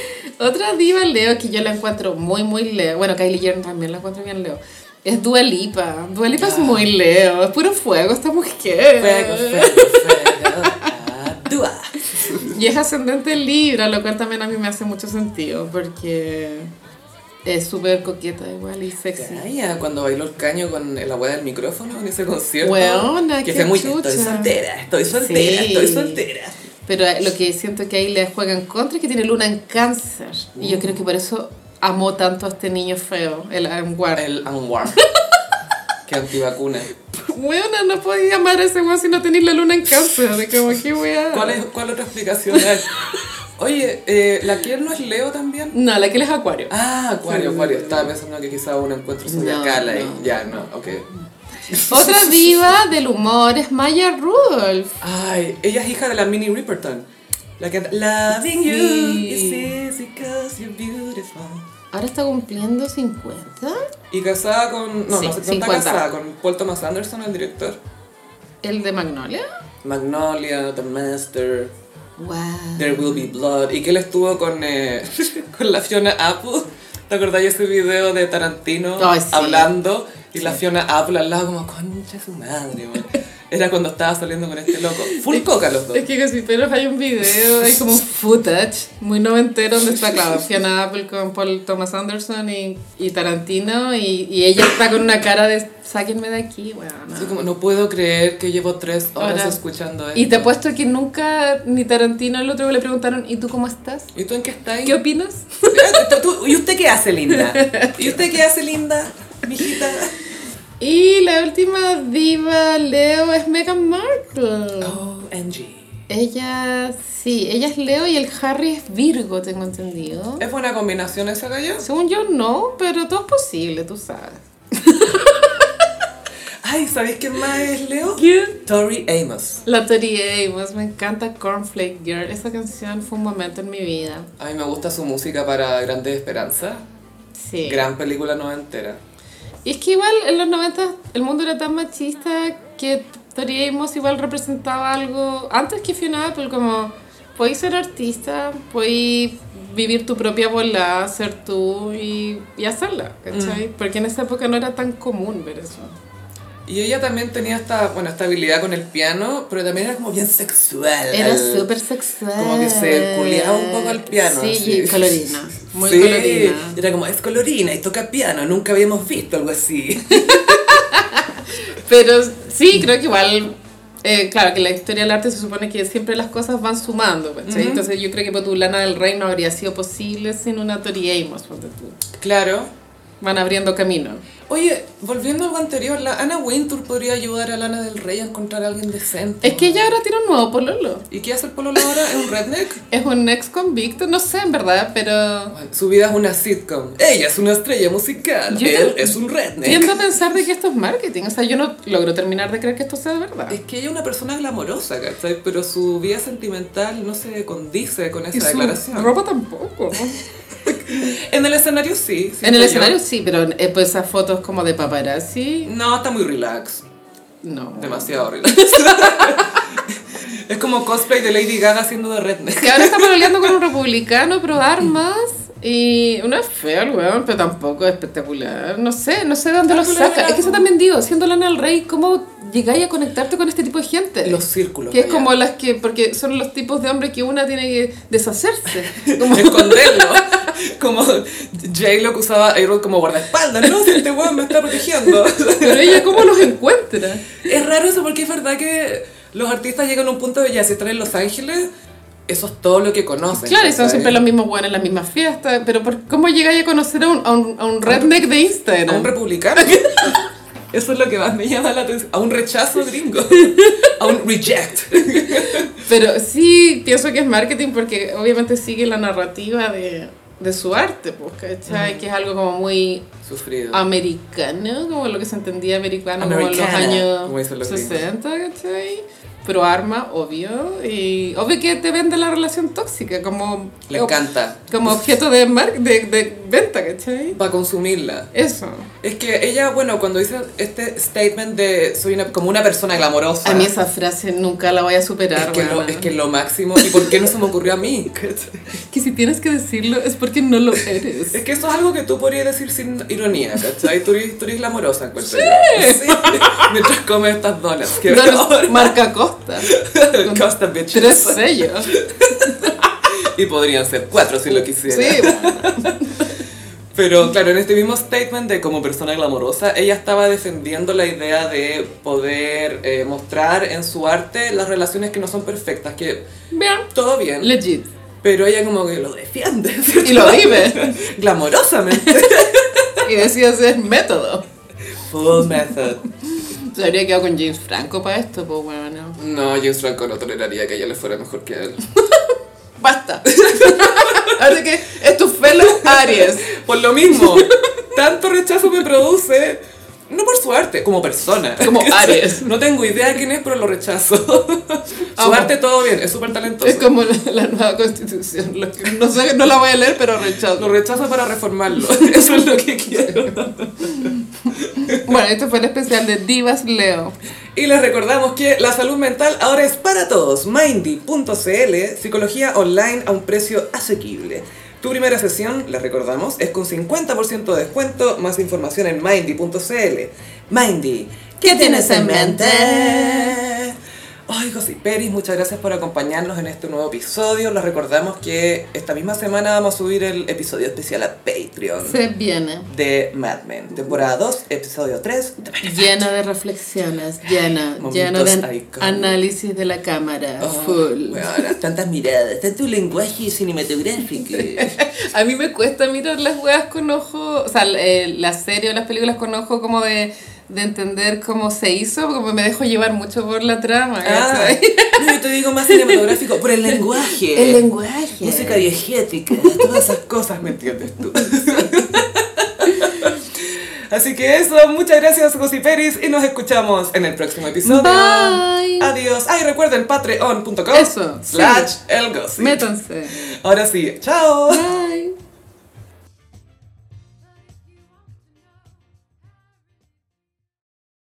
Otra diva Leo que yo la encuentro muy, muy Leo. Bueno, Kylie Jenner también la encuentro bien Leo. Es Dua Lipa. Dua Lipa es muy Leo. Es puro fuego esta mujer.
Fuego, fuego, fuego. Ah, Dua.
Y es ascendente Libra, lo cual también a mí me hace mucho sentido porque es súper coqueta igual y sexy.
Calla, ah, cuando bailó el caño con la hueá del micrófono en ese concierto.
Weona,
que
qué
fue muy
chucha.
estoy soltera, estoy soltera,
Sí.
estoy soltera.
Pero lo que siento que ahí le juega en contra es que tiene luna en cáncer. Y yo creo que por eso amó tanto a este niño feo, el Anwar.
El Anwar. que antivacuna.
Weona, no podía amar a ese weón si no tenía la luna en cáncer. De como que weón.
¿Cuál, es, ¿Cuál otra explicación hay? Oye, eh, ¿la Kiel no es Leo también?
No, la que él es acuario.
Ah, Acuario, Acuario. Estaba pensando que quizá un encuentro zodiacal
No,
ahí.
no.
Ya, no, ok.
Otra diva del humor es Maya Rudolph.
Ay, ella es hija de la Minnie Riperton. La que canta Loving you is easy because you're beautiful.
Ahora está cumpliendo 50.
Y casada con. No,
Sí,
no sé, no está
50.
casada con Paul Thomas Anderson, el director.
El de Magnolia.
Magnolia, The Master,
Wow.
There Will Be Blood. Y que él estuvo con, eh, con la Fiona Apple. ¿Te acordás de ese video de Tarantino
Ay, sí.
hablando? Y la Fiona Apple al lado como, concha de su madre, man". Era cuando estaba saliendo con este loco. Full coca los dos.
Es que casi pero hay un video, hay como un footage muy noventero donde está, claro, Fiona Apple con Paul Thomas Anderson y, y Tarantino y, y ella está con una cara de sáquenme de aquí,
Así
weón.
como, no puedo creer que llevo tres horas
Ahora-
escuchando esto.
Y te apuesto que nunca ni Tarantino el otro le preguntaron, ¿y tú cómo estás?
¿Y tú en qué estás?
¿Qué opinas?
¿Tú- tú- ¿Y usted qué hace, linda? ¿Y usted qué hace, linda? Mijita.
Y la última diva Leo es Meghan Markle.
Oh, Angie.
Ella, sí, ella es Leo y el Harry es Virgo, tengo entendido.
¿Es buena combinación esa galla?
Según yo no, pero todo es posible, tú sabes.
Ay, ¿sabéis quién más es Leo?
¿Quién?
Tori Amos.
La Tori Amos, me encanta Cornflake Girl. Esa canción fue un momento en mi vida.
A mí me gusta su música para Grandes Esperanzas.
Sí.
Gran película noventera.
Y es que igual en los 90 el mundo era tan machista que Tori Amos igual representaba algo antes que Fiona Apple, como podéis ser artista, podéis vivir tu propia bola, ser tú y, y hacerla,
Mm.
¿cachai? Porque en esa época no era tan común ver eso.
Y ella también tenía esta, bueno, esta habilidad con el piano, pero también era como bien sexual.
Era
Al-
súper sexual.
Como que se culeaba un poco al piano.
Sí,
así.
y colorina. Muy
Sí,
colorina.
Era como, es colorina y toca piano. Nunca habíamos visto algo así.
Pero sí, creo que igual, eh, claro, que la historia del arte se supone que siempre las cosas van sumando, ¿cachai? Entonces yo creo que Potulana del Rey no habría sido posible sin una Tori Amos, ponte tú.
Claro.
Van abriendo camino.
Oye, volviendo a algo anterior, la Ana Wintour podría ayudar a Lana del Rey a encontrar a alguien decente.
Es que ella ahora tiene un nuevo pololo.
¿Y qué hace el pololo ahora? ¿Es un redneck?
Es un ex convicto, no sé en verdad, pero
Su vida es una sitcom. Ella es una estrella musical.
Yo
Él
creo-
es un redneck.
tiendo a pensar de que esto es marketing. O sea, yo no logro terminar de creer que esto sea de verdad.
Es que ella es una persona glamorosa, ¿cachai? Pero su vida sentimental no se condice con
Y
esa
su
declaración.
ropa tampoco.
En el escenario sí.
en
siento
el
yo.
escenario sí, pero eh, pues esas fotos como de paparazzi,
No, está muy relax.
no.
Demasiado relax. es como cosplay de Lady Gaga haciendo de redneck.
Que ahora está peleando con un republicano, pero armas. Y uno es feo el weón, pero tampoco es espectacular. No sé, no sé de dónde lo saca. Es que eso también digo, siendo Lana del Rey, ¿cómo llegáis a conectarte con este tipo de gente?
Los círculos.
que es
vaya.
como las que, porque son los tipos de hombres que una tiene que deshacerse. Como,
esconderlo. Como J-Lo que usaba a Errol como guardaespaldas, ¿no? Si este weón me está protegiendo.
pero ella, ¿cómo los encuentra?
Es raro eso porque es verdad que los artistas llegan a un punto de ya, si están en Los Ángeles, eso es todo lo que conocen.
Claro, y son
¿cachai?
siempre los mismos weones en las mismas fiestas. Pero por- ¿cómo llegáis a conocer a un, a un, a un redneck de
A un
Instagram?
republicano. Eso es lo que más me llama la atención. A un rechazo gringo. A un reject.
Pero sí pienso que es marketing porque obviamente sigue la narrativa de, de su arte, pues, ¿cachai? Que es algo como muy
Sufrido.
americano, como lo que se entendía americano
Americana,
como
como
en
dicen los
los años
gringos.
60, ¿cachai? Pero arma, obvio, y obvio que te vende la relación tóxica como,
Le encanta.
como objeto de, mar- de, de venta, ¿cachai?
Para consumirla.
Eso.
Es que ella, bueno, cuando hizo este statement de soy una, como una persona glamorosa.
A mí esa frase nunca la voy a
es
superar,
que, lo,
weona.
es que lo máximo. ¿Y por qué no se me ocurrió a mí?
Que si tienes que decirlo es porque no lo eres.
Es que eso es algo que tú podrías decir sin ironía, ¿cachai? Tú eres, tú eres glamorosa, encuentro yo. Sí. Mientras comes estas donas. Que
No, no, marca Costa. con
Costa bitches.
Tres sellos.
Y podrían ser cuatro si lo quisiera.
Sí,
Pero claro, en este mismo statement de como persona glamorosa, ella estaba defendiendo la idea de poder eh, mostrar en su arte las relaciones que no son perfectas, que
bien.
todo bien.
Legit.
Pero ella como que lo defiende.
Y lo vive.
Glamorosamente.
Y decide hacer método.
Full method.
Se habría quedado con James Franco para esto, pues bueno.
No, James Franco no toleraría que a ella le fuera mejor que a él.
Basta. Así que es tu fellow Aries.
Por lo mismo, tanto rechazo me produce, no por su arte, como persona.
Como Aries.
No tengo idea de quién es, pero lo rechazo. Su
Amo.
arte todo bien, es súper
Es
talentoso.
como la, la nueva constitución. Lo que- No sé, no la voy a leer, pero rechazo.
Lo rechazo para reformarlo. Eso es lo que quiero.
Bueno, este fue el especial de Divas Leo.
Y les recordamos que la salud mental ahora es para todos. Mindy.cl, psicología online a un precio asequible. Tu primera sesión, les recordamos, es con 50% de descuento, más información en Mindy.cl. Mindy,
¿Qué tienes en mente?
Ay, José Peris, muchas gracias por acompañarnos en este nuevo episodio. Les recordamos que esta misma semana vamos a subir el episodio especial a Patreon
Se viene.
de Mad Men, temporada 2, episodio 3.
Llena de reflexiones, llena,
Momentos
llena de
icónicos.
análisis de la cámara,
Oh,
full.
weona, tantas miradas, tanto lenguaje cinematográfico.
A mí me cuesta mirar las weas con ojo, o sea, eh, las series o las películas con ojo como de, de entender cómo se hizo, como me dejo llevar mucho por la trama.
Ah,
¿cachai?
no, yo te digo más cinematográfico, por el lenguaje.
lenguaje.
Música diegética, todas esas cosas, ¿me entiendes tú? Así que eso, muchas gracias José Peris y nos escuchamos en el próximo episodio.
Bye.
Adiós. Ay, recuerden patreon.com
Eso, sí.
slash el gossip.
Métanse.
Ahora sí, chao.
Bye.